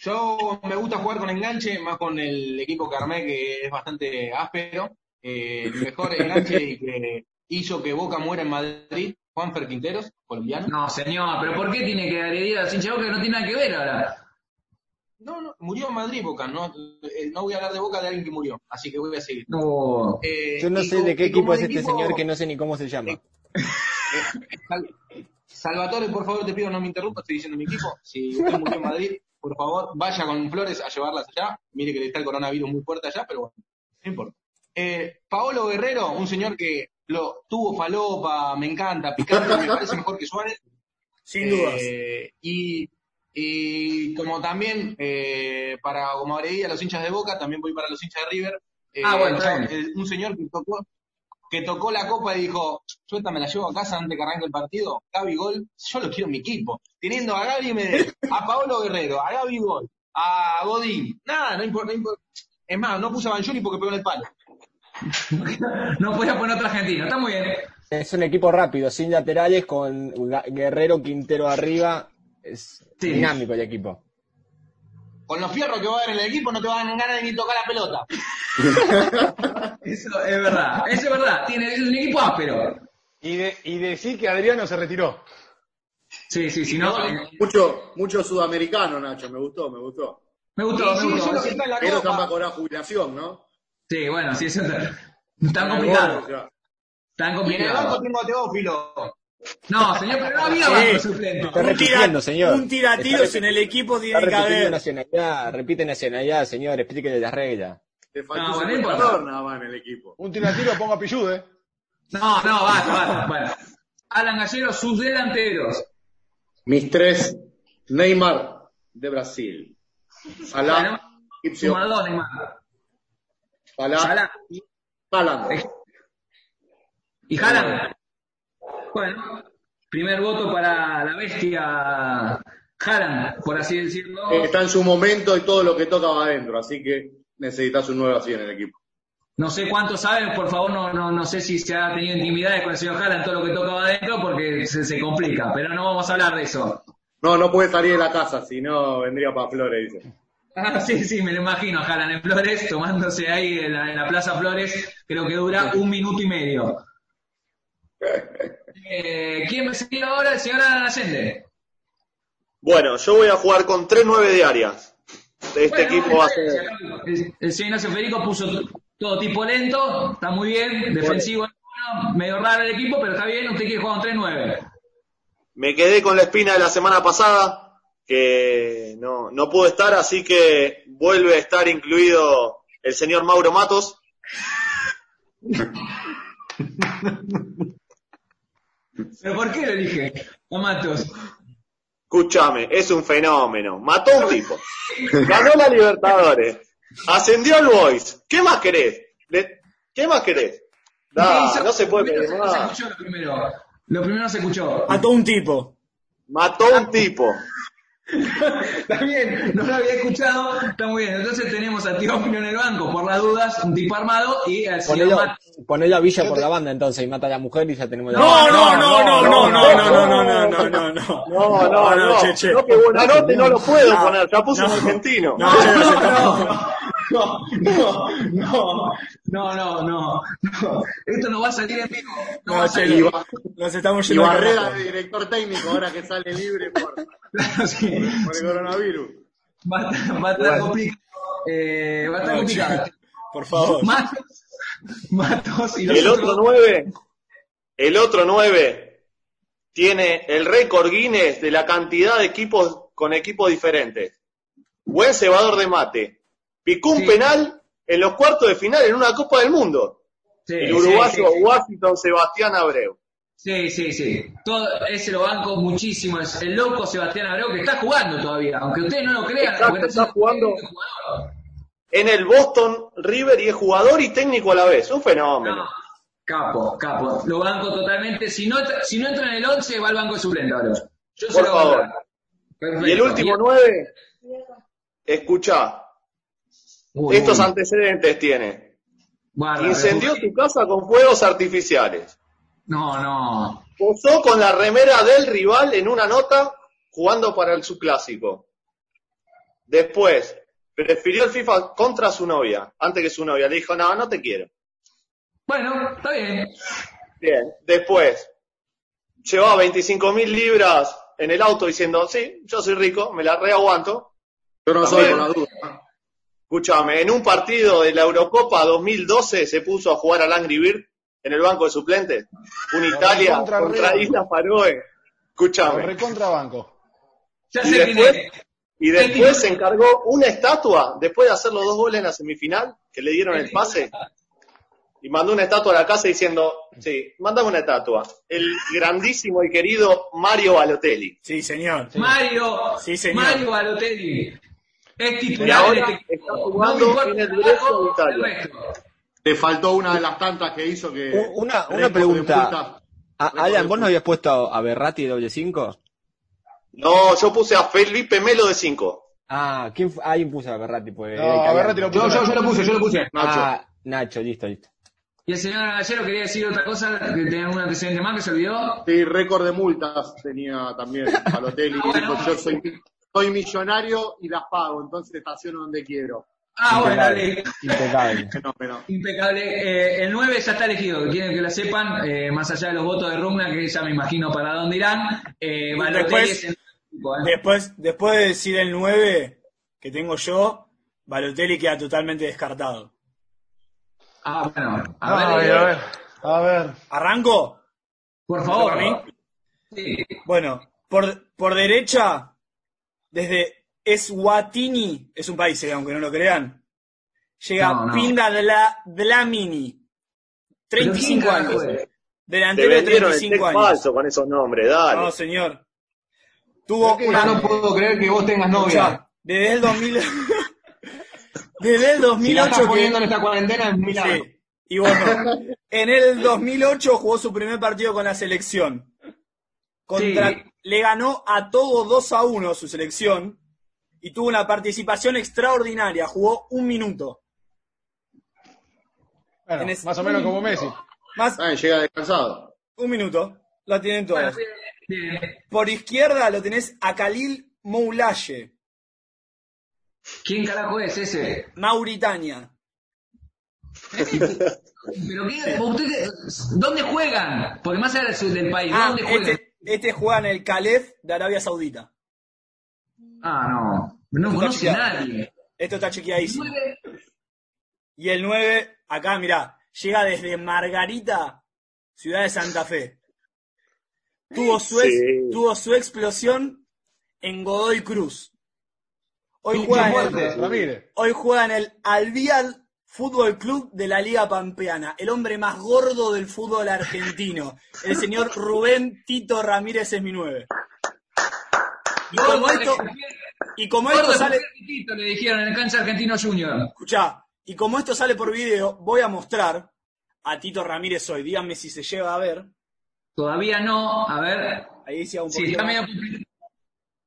[SPEAKER 6] Yo me gusta jugar con enganche, más con el equipo Carmé, que es bastante áspero. Eh, el mejor enganche y que hizo que Boca muera en Madrid, Juanfer Quinteros, colombiano.
[SPEAKER 3] No, señor, pero ¿por qué tiene que agredir a los hinchas de Boca que no tiene nada que ver ahora?
[SPEAKER 6] No, no, murió en Madrid Boca, no, eh, no voy a hablar de Boca de alguien que murió, así que voy a seguir.
[SPEAKER 3] No.
[SPEAKER 6] Eh,
[SPEAKER 7] Yo no
[SPEAKER 6] y
[SPEAKER 7] sé
[SPEAKER 6] como-
[SPEAKER 7] de qué
[SPEAKER 6] y como
[SPEAKER 7] equipo
[SPEAKER 6] el
[SPEAKER 7] es este
[SPEAKER 6] equipo-
[SPEAKER 7] señor que no sé ni cómo se llama.
[SPEAKER 6] Sal- Salvatore, por favor, te pido no me interrumpas, estoy diciendo mi equipo. Si usted murió en Madrid, por favor, vaya con flores a llevarlas allá. Mire que está el coronavirus muy fuerte allá, pero bueno, no importa. Eh, Paolo Guerrero, un señor que lo tuvo falopa, me encanta, picante, me parece mejor que Suárez.
[SPEAKER 4] Sin
[SPEAKER 6] Eh,
[SPEAKER 4] dudas.
[SPEAKER 6] Y, y como también, eh, para como agregué a los hinchas de Boca, también voy para los hinchas de River. Eh,
[SPEAKER 3] Ah, bueno,
[SPEAKER 6] o
[SPEAKER 3] está
[SPEAKER 6] sea, el- un señor que tocó, que tocó la copa y dijo, yo esta me la llevo a casa antes que arranque el partido, Gaby Gol, yo lo quiero en mi equipo. Teniendo a Gaby Medel, a Paolo Guerrero, a Gaby Gol, a Godín, nada, no importa, no importa. Es más, no puse a Banjuli porque pegó en el palo.
[SPEAKER 3] No podía poner otro argentino, está muy bien.
[SPEAKER 7] Es un equipo rápido, sin laterales, con Ga- Guerrero Quintero arriba. Es
[SPEAKER 3] Sí.
[SPEAKER 7] dinámico el equipo.
[SPEAKER 6] Con los fierros que va a haber en el equipo no te van a ganar ni tocar la pelota.
[SPEAKER 3] Eso es verdad, eso es verdad. Tiene, es un equipo áspero.
[SPEAKER 8] Y, de, y decí que Adriano se retiró.
[SPEAKER 3] Sí, sí, si no. eh,
[SPEAKER 5] Mucho, mucho sudamericano, Nacho, me gustó, me gustó.
[SPEAKER 3] Me
[SPEAKER 6] Y
[SPEAKER 3] gustó,
[SPEAKER 6] sí,
[SPEAKER 3] me
[SPEAKER 6] yo
[SPEAKER 3] gustó.
[SPEAKER 6] lo que está en la
[SPEAKER 5] Pero
[SPEAKER 6] copa.
[SPEAKER 5] tampoco cobrar jubilación, ¿no?
[SPEAKER 3] Sí, bueno, sí, eso está, tan
[SPEAKER 5] O
[SPEAKER 3] complicado.
[SPEAKER 5] sea,
[SPEAKER 3] Tan
[SPEAKER 6] Y en el banco
[SPEAKER 3] complicado.
[SPEAKER 6] tengo a Teófilo.
[SPEAKER 3] No, señor, pero no había banco
[SPEAKER 4] Sí.
[SPEAKER 3] suplente.
[SPEAKER 7] Está repitiendo, señor.
[SPEAKER 4] un tiratiros en el equipo
[SPEAKER 7] Está
[SPEAKER 4] tiene que
[SPEAKER 7] repitiendo
[SPEAKER 4] haber.
[SPEAKER 7] nacionalidad, repite nacionalidad, señor, explíquele las reglas.
[SPEAKER 5] Te faltó
[SPEAKER 3] No,
[SPEAKER 5] no,
[SPEAKER 3] bueno,
[SPEAKER 5] bueno,
[SPEAKER 3] no importa.
[SPEAKER 5] nada más en el equipo.
[SPEAKER 8] Un tiro al tiro, pongo a Pillude. ¿eh?
[SPEAKER 3] No, no, basta, basta. Bueno. Alan Gallero, sus delanteros.
[SPEAKER 5] Mis tres, Neymar de Brasil.
[SPEAKER 3] Bueno,
[SPEAKER 5] Salah, egipcio,
[SPEAKER 3] Sumador, Neymar.
[SPEAKER 5] Salah,
[SPEAKER 3] Salah.
[SPEAKER 5] Haaland.
[SPEAKER 3] Y Haaland. Bueno, primer voto para la bestia Haaland, por así decirlo.
[SPEAKER 5] Eh, Está en su momento y todo lo que toca va adentro, así que necesitas un 9 así en el equipo.
[SPEAKER 3] No sé cuánto saben, por favor, no, no, no sé si se ha tenido intimidades con el señor Haaland, todo lo que tocaba adentro, porque se, se complica, pero no vamos a hablar de eso.
[SPEAKER 5] No, no puede salir de la casa, si no vendría para Flores, dice.
[SPEAKER 3] Ah, sí, sí, me lo imagino, a Haaland en Flores, tomándose ahí en la, en la Plaza Flores, creo que dura un minuto y medio. Eh, ¿Quién me sigue ahora? El señor Alan Allende.
[SPEAKER 9] Bueno, yo voy a jugar con 3-9 de áreas. Este
[SPEAKER 3] Bueno,
[SPEAKER 9] equipo va a
[SPEAKER 3] el-
[SPEAKER 9] ser.
[SPEAKER 3] El, el señor Ignacio Federico puso todo tipo lento, está muy bien, defensivo, bueno, medio raro el equipo, pero está bien, usted quiere jugar un 3-9.
[SPEAKER 9] Me quedé con la espina de la semana pasada, que no, no pudo estar, así que vuelve a estar incluido el señor Mauro Matos.
[SPEAKER 3] ¿Pero por qué lo dije? A Matos.
[SPEAKER 9] Escúchame, es un fenómeno. Mató a un tipo. Ganó la Libertadores. Ascendió al Boys. ¿Qué más querés? Le- ¿Qué más querés? Da,
[SPEAKER 3] ¿Qué hizo?
[SPEAKER 9] no se puede
[SPEAKER 3] Primero
[SPEAKER 9] pedir
[SPEAKER 3] se- se
[SPEAKER 9] más. Ah,
[SPEAKER 3] escuchó lo primero. Lo primero se escuchó.
[SPEAKER 4] A todo un tipo.
[SPEAKER 9] Mató a un tipo.
[SPEAKER 3] Está bien, no lo había escuchado. Está muy bien. Entonces tenemos a Teófilo en el banco, por las dudas, un tipo armado y al señor
[SPEAKER 7] Ponelo,
[SPEAKER 3] Matos.
[SPEAKER 7] ponelo a Villa por la banda entonces y mata a la mujer y ya tenemos la
[SPEAKER 4] No, no, no, no, no, no, no, no, no, no, no, no.
[SPEAKER 9] No, no, no.
[SPEAKER 4] che, che.
[SPEAKER 9] No, que Buenanotte no lo puedo poner. Ya puse
[SPEAKER 4] No.
[SPEAKER 9] un argentino.
[SPEAKER 4] No, che, se tapó.
[SPEAKER 3] No, no, no, no, no, no, no. Esto no va a salir en vivo. No, va a salir.
[SPEAKER 4] Chelo, nos estamos
[SPEAKER 5] Y
[SPEAKER 4] yendo al
[SPEAKER 5] Barrera
[SPEAKER 4] carajo.
[SPEAKER 5] de director técnico ahora que sale libre por, por
[SPEAKER 3] Sí.
[SPEAKER 5] el coronavirus.
[SPEAKER 3] Va a estar, va a estar complicado. Eh, va a estar
[SPEAKER 4] No,
[SPEAKER 3] complicado.
[SPEAKER 4] Chelo, Por favor.
[SPEAKER 3] Matos, Matos y los
[SPEAKER 9] El
[SPEAKER 3] otros-
[SPEAKER 9] otro 9, el otro 9 tiene el récord Guinness de la cantidad de equipos con equipos diferentes. Buen cebador de mate. Picó un
[SPEAKER 3] Sí.
[SPEAKER 9] penal en los cuartos de final en una Copa del Mundo.
[SPEAKER 3] Sí,
[SPEAKER 9] El
[SPEAKER 3] sí,
[SPEAKER 9] uruguayo
[SPEAKER 3] sí, sí.
[SPEAKER 9] Washington Sebastián Abreu.
[SPEAKER 3] Sí, sí, sí. Todo, ese lo banco muchísimo. Es el loco Sebastián Abreu que está jugando todavía. Aunque ustedes no lo crean.
[SPEAKER 9] Exacto,
[SPEAKER 3] porque
[SPEAKER 9] está
[SPEAKER 3] es un
[SPEAKER 9] jugando.
[SPEAKER 3] excelente jugador.
[SPEAKER 9] En el Boston River y es jugador y técnico a la vez. Un fenómeno.
[SPEAKER 3] No, capo, capo. Lo banco totalmente. Si no, entra- si no entra en el 11, va al banco de suplente, Abreu. Yo se
[SPEAKER 9] Por
[SPEAKER 3] lo banco.
[SPEAKER 9] favor.
[SPEAKER 3] Perfecto.
[SPEAKER 9] Y el último 9, escuchá,
[SPEAKER 3] Uy,
[SPEAKER 9] estos
[SPEAKER 3] uy.
[SPEAKER 9] antecedentes tiene.
[SPEAKER 3] Bárbaro.
[SPEAKER 9] Incendió su casa con fuegos artificiales.
[SPEAKER 3] No, no.
[SPEAKER 9] Posó con la remera del rival en una nota jugando para el subclásico. Después, prefirió el FIFA contra su novia, antes que su novia. Le dijo, no, no te quiero.
[SPEAKER 3] Bueno, está bien.
[SPEAKER 9] Bien. Después, llevaba 25.000 libras en el auto diciendo, sí, yo soy rico, me la reaguanto.
[SPEAKER 5] Yo no soy por la duda.
[SPEAKER 9] Escúchame, en un partido de la Eurocopa 2012 se puso a jugar al Angry Bird en el banco de suplentes. Un Italia
[SPEAKER 8] recontra
[SPEAKER 9] contra
[SPEAKER 8] River.
[SPEAKER 9] Isla Faroe.
[SPEAKER 8] Lo
[SPEAKER 9] Escúchame.
[SPEAKER 8] recontrabanco.
[SPEAKER 3] Ya
[SPEAKER 9] Y
[SPEAKER 3] sé quién
[SPEAKER 9] después,
[SPEAKER 3] es.
[SPEAKER 9] y después se encargó una estatua, después de hacer los dos goles en la semifinal, que le dieron el pase, y mandó una estatua a la casa diciendo, sí, mandame una estatua. El grandísimo y querido Mario Balotelli.
[SPEAKER 4] Sí, señor.
[SPEAKER 3] Mario,
[SPEAKER 4] Sí, señor.
[SPEAKER 3] Mario Balotelli. Es
[SPEAKER 9] Y
[SPEAKER 3] titular
[SPEAKER 9] ahora
[SPEAKER 3] de este
[SPEAKER 9] está
[SPEAKER 3] equipo.
[SPEAKER 9] jugando
[SPEAKER 3] No me
[SPEAKER 9] en
[SPEAKER 3] importa
[SPEAKER 9] el
[SPEAKER 3] el
[SPEAKER 9] derecho de
[SPEAKER 3] trabajo, el
[SPEAKER 9] Italia.
[SPEAKER 3] resto.
[SPEAKER 5] Le faltó una de las tantas que hizo que.
[SPEAKER 7] U- Eh, Una,
[SPEAKER 5] récord
[SPEAKER 7] una
[SPEAKER 5] de
[SPEAKER 7] pregunta.
[SPEAKER 5] puntas.
[SPEAKER 7] A-
[SPEAKER 5] Récord
[SPEAKER 7] Alan,
[SPEAKER 5] de
[SPEAKER 7] ¿vos no
[SPEAKER 5] puntas.
[SPEAKER 7] habías puesto a Berrati de doble 5?
[SPEAKER 9] No, yo puse a Felipe Melo de 5.
[SPEAKER 7] Ah, ¿quién fu- alguien puso a Berrati? Pues,
[SPEAKER 8] No,
[SPEAKER 7] era italiano.
[SPEAKER 8] agarrate lo
[SPEAKER 6] Yo,
[SPEAKER 8] puso.
[SPEAKER 6] yo, yo lo puse, yo lo puse.
[SPEAKER 5] Nacho.
[SPEAKER 7] Ah, Nacho, listo, listo.
[SPEAKER 3] Y el señor Gallero quería decir otra cosa, que tenía un antecedente más que se olvidó.
[SPEAKER 5] Sí, récord de multas tenía también Balotelli.
[SPEAKER 3] Ah, bueno.
[SPEAKER 5] Dijo, yo soy, soy millonario y las pago, entonces estaciono donde quiero.
[SPEAKER 3] Ah, bueno,
[SPEAKER 7] Impecable.
[SPEAKER 3] dale.
[SPEAKER 7] Impecable.
[SPEAKER 5] Fenómeno.
[SPEAKER 3] Impecable. Eh, el 9 ya está elegido, que quieren que lo sepan, eh, más allá de los votos de Rumna, que ya me imagino para dónde irán. Eh, Balotelli
[SPEAKER 4] Después-
[SPEAKER 3] es el tipo, eh.
[SPEAKER 4] Después, después de decir el 9 que tengo yo, Balotelli queda totalmente descartado.
[SPEAKER 3] Ah, bueno. A
[SPEAKER 8] A
[SPEAKER 3] ver,
[SPEAKER 8] ver,
[SPEAKER 3] eh,
[SPEAKER 8] a ver. A ver.
[SPEAKER 4] ¿Arranco?
[SPEAKER 3] por
[SPEAKER 4] ¿Me toca a
[SPEAKER 3] favor. Sí.
[SPEAKER 4] Bueno, por, por derecha, desde Eswatini, es un país, eh, aunque no lo crean, llega
[SPEAKER 3] No, no.
[SPEAKER 4] Pinda Dla- Dlamini,
[SPEAKER 3] Pero ¿quién
[SPEAKER 4] 35
[SPEAKER 3] carajo
[SPEAKER 4] años,
[SPEAKER 3] es?
[SPEAKER 9] Te
[SPEAKER 4] delantero de
[SPEAKER 9] vendieron el
[SPEAKER 4] 35
[SPEAKER 9] tech
[SPEAKER 4] años.
[SPEAKER 9] falso con esos nombres, dale.
[SPEAKER 4] No, señor. Tuvo
[SPEAKER 8] ¿Qué?
[SPEAKER 3] Ah,
[SPEAKER 4] una...
[SPEAKER 6] Ya no puedo creer que vos tengas novia.
[SPEAKER 4] Escuchá, desde el 2000... desde el
[SPEAKER 6] Si la
[SPEAKER 4] 2008
[SPEAKER 6] estás
[SPEAKER 4] que-
[SPEAKER 6] poniendo en esta cuarentena es
[SPEAKER 4] Sí,
[SPEAKER 6] milagro.
[SPEAKER 4] y bueno, en el 2008 jugó su primer partido con la selección. Contra-
[SPEAKER 3] Sí.
[SPEAKER 4] Le ganó a todo 2 a 1 su selección y tuvo una participación extraordinaria. Jugó un minuto.
[SPEAKER 8] Bueno,
[SPEAKER 4] En es-
[SPEAKER 8] más o menos como Messi.
[SPEAKER 4] Más
[SPEAKER 5] Ah, llega descansado.
[SPEAKER 4] un minuto. La tienen
[SPEAKER 3] Bueno,
[SPEAKER 4] todos.
[SPEAKER 3] bien, bien.
[SPEAKER 4] Por izquierda lo tenés a Khalil Moulaye,
[SPEAKER 3] ¿Quién carajo es ese?
[SPEAKER 4] Mauritania.
[SPEAKER 3] ¿Pero qué? ¿Usted qué- ¿Dónde juegan? Porque más allá de su- del país,
[SPEAKER 4] Ah,
[SPEAKER 3] ¿dónde juegan?
[SPEAKER 4] este, este juega en el Calef de Arabia Saudita.
[SPEAKER 3] Ah, no.
[SPEAKER 4] Este
[SPEAKER 3] No conoce a
[SPEAKER 4] chequeado.
[SPEAKER 3] nadie.
[SPEAKER 4] Esto está chequeadísimo.
[SPEAKER 3] Nueve.
[SPEAKER 4] Y el 9, acá, mirá, llega desde Margarita, ciudad de Santa Fe. Tuvo su, ex-
[SPEAKER 9] Sí.
[SPEAKER 4] tuvo su explosión en Godoy Cruz. Hoy
[SPEAKER 6] Pinche
[SPEAKER 4] juega, en
[SPEAKER 6] muerte.
[SPEAKER 4] el,
[SPEAKER 8] Ramírez.
[SPEAKER 4] hoy juega en el Albial Fútbol Club de la Liga Pampeana, el hombre más gordo del fútbol argentino. El señor Rubén Tito Ramírez es mi 9. Y como
[SPEAKER 3] Gordo de
[SPEAKER 4] esto,
[SPEAKER 3] Julián.
[SPEAKER 4] y como
[SPEAKER 3] Gordo
[SPEAKER 4] esto
[SPEAKER 3] de
[SPEAKER 4] sale...
[SPEAKER 3] Julián Tito, le dijeron en el cancha argentino junior.
[SPEAKER 4] Escuchá, y como esto sale por video, voy a mostrar a Tito Ramírez hoy. Díganme si se lleva a ver.
[SPEAKER 3] Todavía no. A ver.
[SPEAKER 4] Ahí se va un
[SPEAKER 3] Sí,
[SPEAKER 4] poquito
[SPEAKER 3] está
[SPEAKER 4] más
[SPEAKER 3] medio...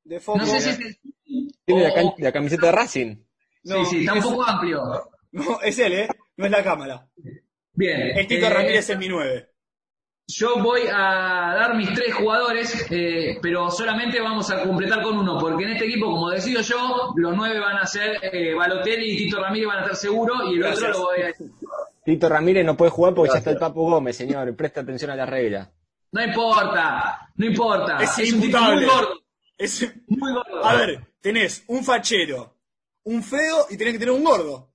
[SPEAKER 4] de foco.
[SPEAKER 3] No sé si es el...
[SPEAKER 7] Tiene la,
[SPEAKER 3] o-
[SPEAKER 7] can- la camiseta de Racing.
[SPEAKER 3] sí,
[SPEAKER 4] No,
[SPEAKER 3] sí, está un
[SPEAKER 4] es,
[SPEAKER 3] poco amplio.
[SPEAKER 4] no, es él, ¿eh? No es la cámara.
[SPEAKER 3] Bien.
[SPEAKER 4] El Tito
[SPEAKER 3] eh,
[SPEAKER 4] Ramírez es mi 9.
[SPEAKER 3] Yo voy a dar mis tres jugadores, eh, pero solamente vamos a completar con uno, porque en este equipo, como decido yo, los nueve van a ser eh, Balotelli y Tito Ramírez van a estar seguros, y el otro lo voy a decir.
[SPEAKER 7] Tito Ramírez no puede jugar porque ya está el Papu Gómez, señor. Presta atención a la regla.
[SPEAKER 3] No importa, no importa.
[SPEAKER 4] Es
[SPEAKER 3] ah, un tipo muy
[SPEAKER 4] imputable.
[SPEAKER 3] gordo,
[SPEAKER 4] Es-
[SPEAKER 3] muy gordo.
[SPEAKER 4] a ver, tenés un fachero, un feo y tenés que tener un gordo.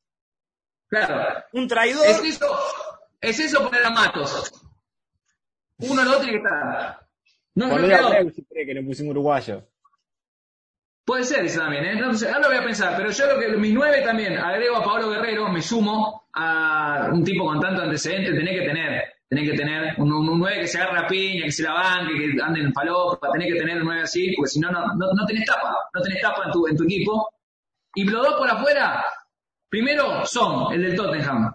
[SPEAKER 3] Claro.
[SPEAKER 4] Un traidor.
[SPEAKER 3] Es eso, es eso poner a Matos. Uno al otro y que está. No, no,
[SPEAKER 7] Poner a
[SPEAKER 3] no.
[SPEAKER 7] Reus si cree que le pusimos uruguayo.
[SPEAKER 3] Puede ser eso también, ¿eh? No sé, ahora lo voy a pensar, pero yo lo que mis nueve también, agrego a Pablo Guerrero, me sumo a un tipo con tanto antecedente, tenés que tener, tenés que tener un, un- un nueve que se agarra a piña, que se la banque, que ande en palopa, tenés que tener un nueve así, porque si no, no, no, no tenés tapa, no tenés tapa en tu, en tu equipo. Y los dos por afuera, primero son el del Tottenham.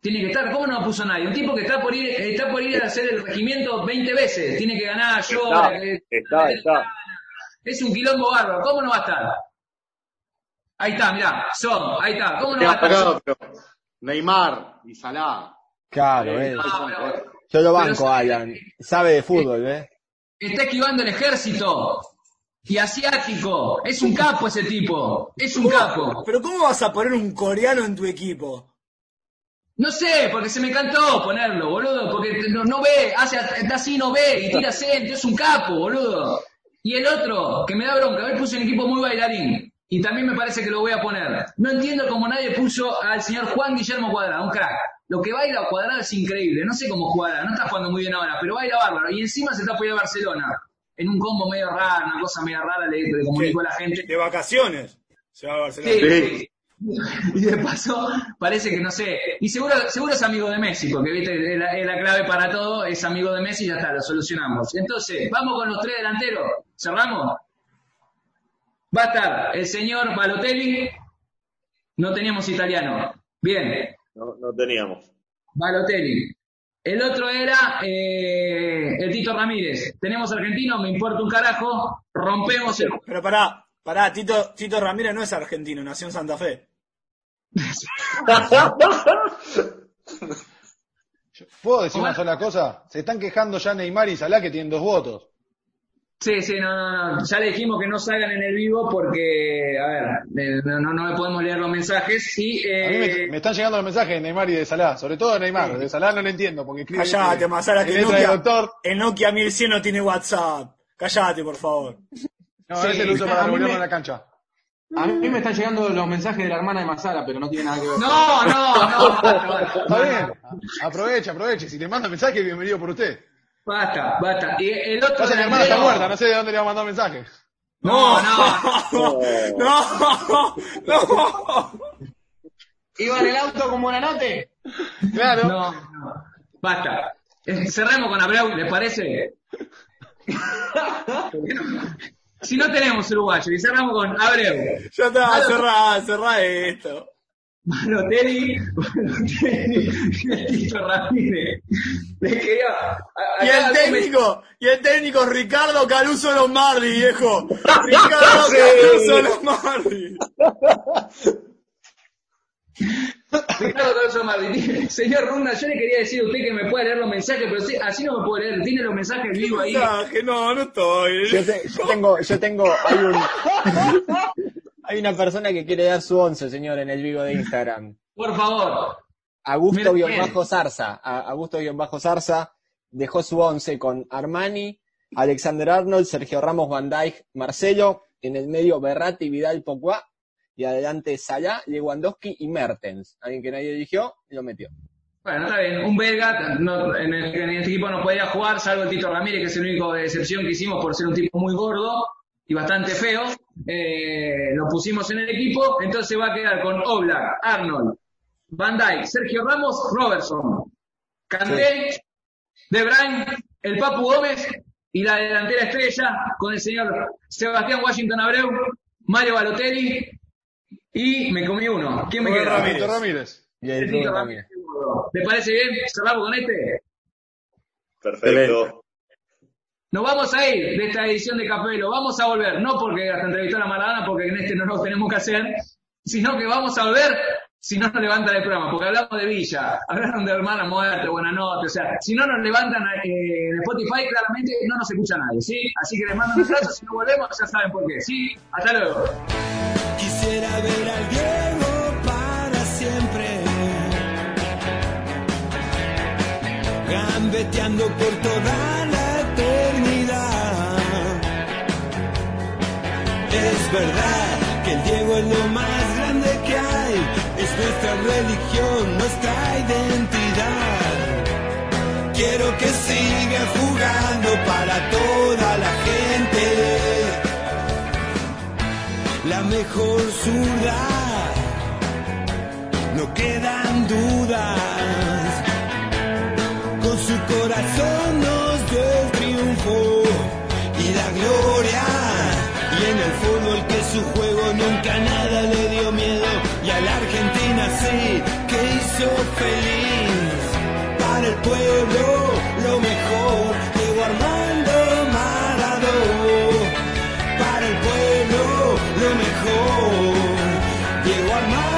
[SPEAKER 3] Tiene que estar, ¿cómo no puso nadie? Un tipo que está por ir, está por ir a hacer el regimiento 20 veces, tiene que ganar yo,
[SPEAKER 9] Está,
[SPEAKER 3] que-
[SPEAKER 9] está, está.
[SPEAKER 3] es un quilombo bárbaro. ¿Cómo no va a estar? Ahí está, mirá. Son, ahí está. ¿Cómo no
[SPEAKER 5] Te
[SPEAKER 3] va a
[SPEAKER 5] ha
[SPEAKER 3] estar?
[SPEAKER 5] sacado, pero Neymar y Salah.
[SPEAKER 7] Claro, eh.
[SPEAKER 3] Ah, pero
[SPEAKER 7] Yo lo
[SPEAKER 3] Pero
[SPEAKER 7] banco,
[SPEAKER 3] sabe-
[SPEAKER 7] Alan. Sabe de fútbol, ¿eh?
[SPEAKER 3] está esquivando el ejército. Y asiático. Es un capo ese tipo. Es un capo.
[SPEAKER 4] Pero ¿cómo vas a poner un coreano en tu equipo?
[SPEAKER 3] No sé, porque se me cantó ponerlo, boludo. Porque no, no ve, hace está así, no ve. Y tira centro. Es un capo, boludo. Y el otro, que me da bronca. A ver, puse un equipo muy bailarín. Y también me parece que lo voy a poner. No entiendo cómo nadie puso al señor Juan Guillermo Cuadrado, un crack. Lo que baila Cuadrado es increíble. No sé cómo jugará, no está jugando muy bien ahora, pero baila bárbaro. Y encima se está apoyando a Barcelona. En un combo medio raro, una cosa medio rara, le, le comunicó a la gente.
[SPEAKER 4] De vacaciones. Se va a Barcelona.
[SPEAKER 3] Sí. Y de paso, parece que no sé. Y seguro, seguro es amigo de Messi, porque viste, es la, es la clave para todo, es amigo de Messi y ya está, lo solucionamos. Entonces, vamos con los tres delanteros. ¿Cerramos? Va a estar el señor Balotelli. No teníamos italiano. Bien,
[SPEAKER 9] No, no teníamos.
[SPEAKER 3] Balotelli. El otro era eh, el Tito Ramírez. Tenemos argentino, me importa un carajo. Rompemos el.
[SPEAKER 4] Pero pará, pará, Tito, Tito Ramírez no es argentino, nació en Santa Fe.
[SPEAKER 8] ¿Puedo decir
[SPEAKER 3] Bueno.
[SPEAKER 8] una sola cosa? Se están quejando ya Neymar y Salah que tienen dos votos.
[SPEAKER 3] Sí, sí, no, no, no. Ya le dijimos que no salgan en el vivo porque, a ver, eh, no, no, no podemos leer los mensajes. Y,
[SPEAKER 8] A mí me,
[SPEAKER 3] eh,
[SPEAKER 8] me están llegando los mensajes de Neymar y de Salah, sobre todo de Neymar. De Salah no lo entiendo porque escribe.
[SPEAKER 4] Callate, Mazara,
[SPEAKER 8] en
[SPEAKER 4] que el
[SPEAKER 8] letra de
[SPEAKER 4] Nokia,
[SPEAKER 8] doctor.
[SPEAKER 4] el Nokia 1100 no tiene WhatsApp. Callate, por favor.
[SPEAKER 8] No,
[SPEAKER 6] Sí,
[SPEAKER 8] ese lo uso
[SPEAKER 6] a
[SPEAKER 8] para
[SPEAKER 6] mí
[SPEAKER 8] revolverlo
[SPEAKER 6] me-
[SPEAKER 8] en la cancha.
[SPEAKER 6] A mí me están llegando los mensajes de la hermana de Masara, pero no tiene nada que ver.
[SPEAKER 3] No, no, no, basta, basta,
[SPEAKER 8] Está bien. Aproveche, aproveche. Si le manda mensaje, bienvenido por usted.
[SPEAKER 3] basta, basta. Y el otro
[SPEAKER 8] Pasa que mi hermana
[SPEAKER 3] delantero-
[SPEAKER 8] está muerta, no sé de dónde le va a mandar mensaje.
[SPEAKER 3] No, no.
[SPEAKER 4] No, no.
[SPEAKER 6] ¿Iba en el auto con Buenanote?
[SPEAKER 8] Claro.
[SPEAKER 3] No, no. Basta. Eh, Cerremos con Abreu, ¿les parece? si no tenemos uruguayo, y cerramos con Abreu.
[SPEAKER 4] Ya está, cerrá, cerrá esto.
[SPEAKER 3] Balotelli, Balotelli, y el Tito Ramírez. Les quería. a-
[SPEAKER 4] Y
[SPEAKER 3] acá
[SPEAKER 4] el
[SPEAKER 3] algo me-
[SPEAKER 4] técnico, y el técnico Ricardo Caruso Lombardi, viejo. Ricardo Caruso Lombardi.
[SPEAKER 3] Ricardo Caruso Martínez. Señor Runa, yo le quería decir a usted que me puede leer los mensajes, pero sí, así no me puede leer. Tiene los mensajes vivo ahí.
[SPEAKER 4] Mensaje, No, no estoy.
[SPEAKER 7] Yo, te- yo tengo, yo tengo, hay un, hay una persona que quiere dar su once, señor, en el vivo de Instagram.
[SPEAKER 3] Por favor. Mira, bien.
[SPEAKER 7] Augusto-Zarza, A- Augusto-Zarza dejó su once con Armani, Alexander Arnold, Sergio Ramos, Van Dijk, Marcelo, en el medio Berratti, Vidal, Pogba, y adelante Salah, Lewandowski y Mertens. Alguien que nadie eligió, lo metió.
[SPEAKER 3] Bueno, está bien. Un belga no- en, el- en este equipo no podía jugar, salvo el Tito Ramírez, que es el único de excepción que hicimos por ser un tipo muy gordo y bastante feo. Eh, lo pusimos en el equipo, entonces va a quedar con Oblak, Arnold, Van Dijk, Sergio Ramos, Robertson, Canté, De Bruyne, el Papu Gómez y la delantera estrella con el señor Sebastián Washington Abreu, Mario Balotelli y me comí uno. ¿Quién me
[SPEAKER 4] Rubén
[SPEAKER 3] queda?
[SPEAKER 4] Ramírez.
[SPEAKER 8] Víctor Ramírez.
[SPEAKER 7] Y el
[SPEAKER 3] Tito
[SPEAKER 7] Rubén
[SPEAKER 3] Ramírez.
[SPEAKER 7] Ramírez.
[SPEAKER 3] ¿Te parece bien? Cerramos con este.
[SPEAKER 9] Perfecto.
[SPEAKER 3] Nos vamos a ir de esta edición de Capelo. Vamos a volver, no porque hasta entrevistar a Maradona, porque en este no lo tenemos que hacer, sino que vamos a volver si no nos levantan el programa, porque hablamos de Villa, hablaron de Hermana Muerte, Buenas noches, o sea, si no nos levantan eh, en Spotify, claramente no nos escucha nadie, ¿sí? Así que les mando un abrazo, si no volvemos ya saben por qué, ¿sí? Hasta luego.
[SPEAKER 2] Quisiera ver al Diego para siempre. Gambeteando por toda la eternidad. Es verdad que el Diego es lo más grande que hay. Es nuestra religión, nuestra identidad. Quiero que siga jugando para toda la gente la mejor zurda. No quedan dudas. Con su corazón nos dio el triunfo y la gloria. Y en el fútbol que su juego nunca nada le dio miedo. Y a la Argentina sí que hizo feliz. Para el pueblo lo mejor. Diego Armando Maradona para el pueblo lo mejor. Diego Armando.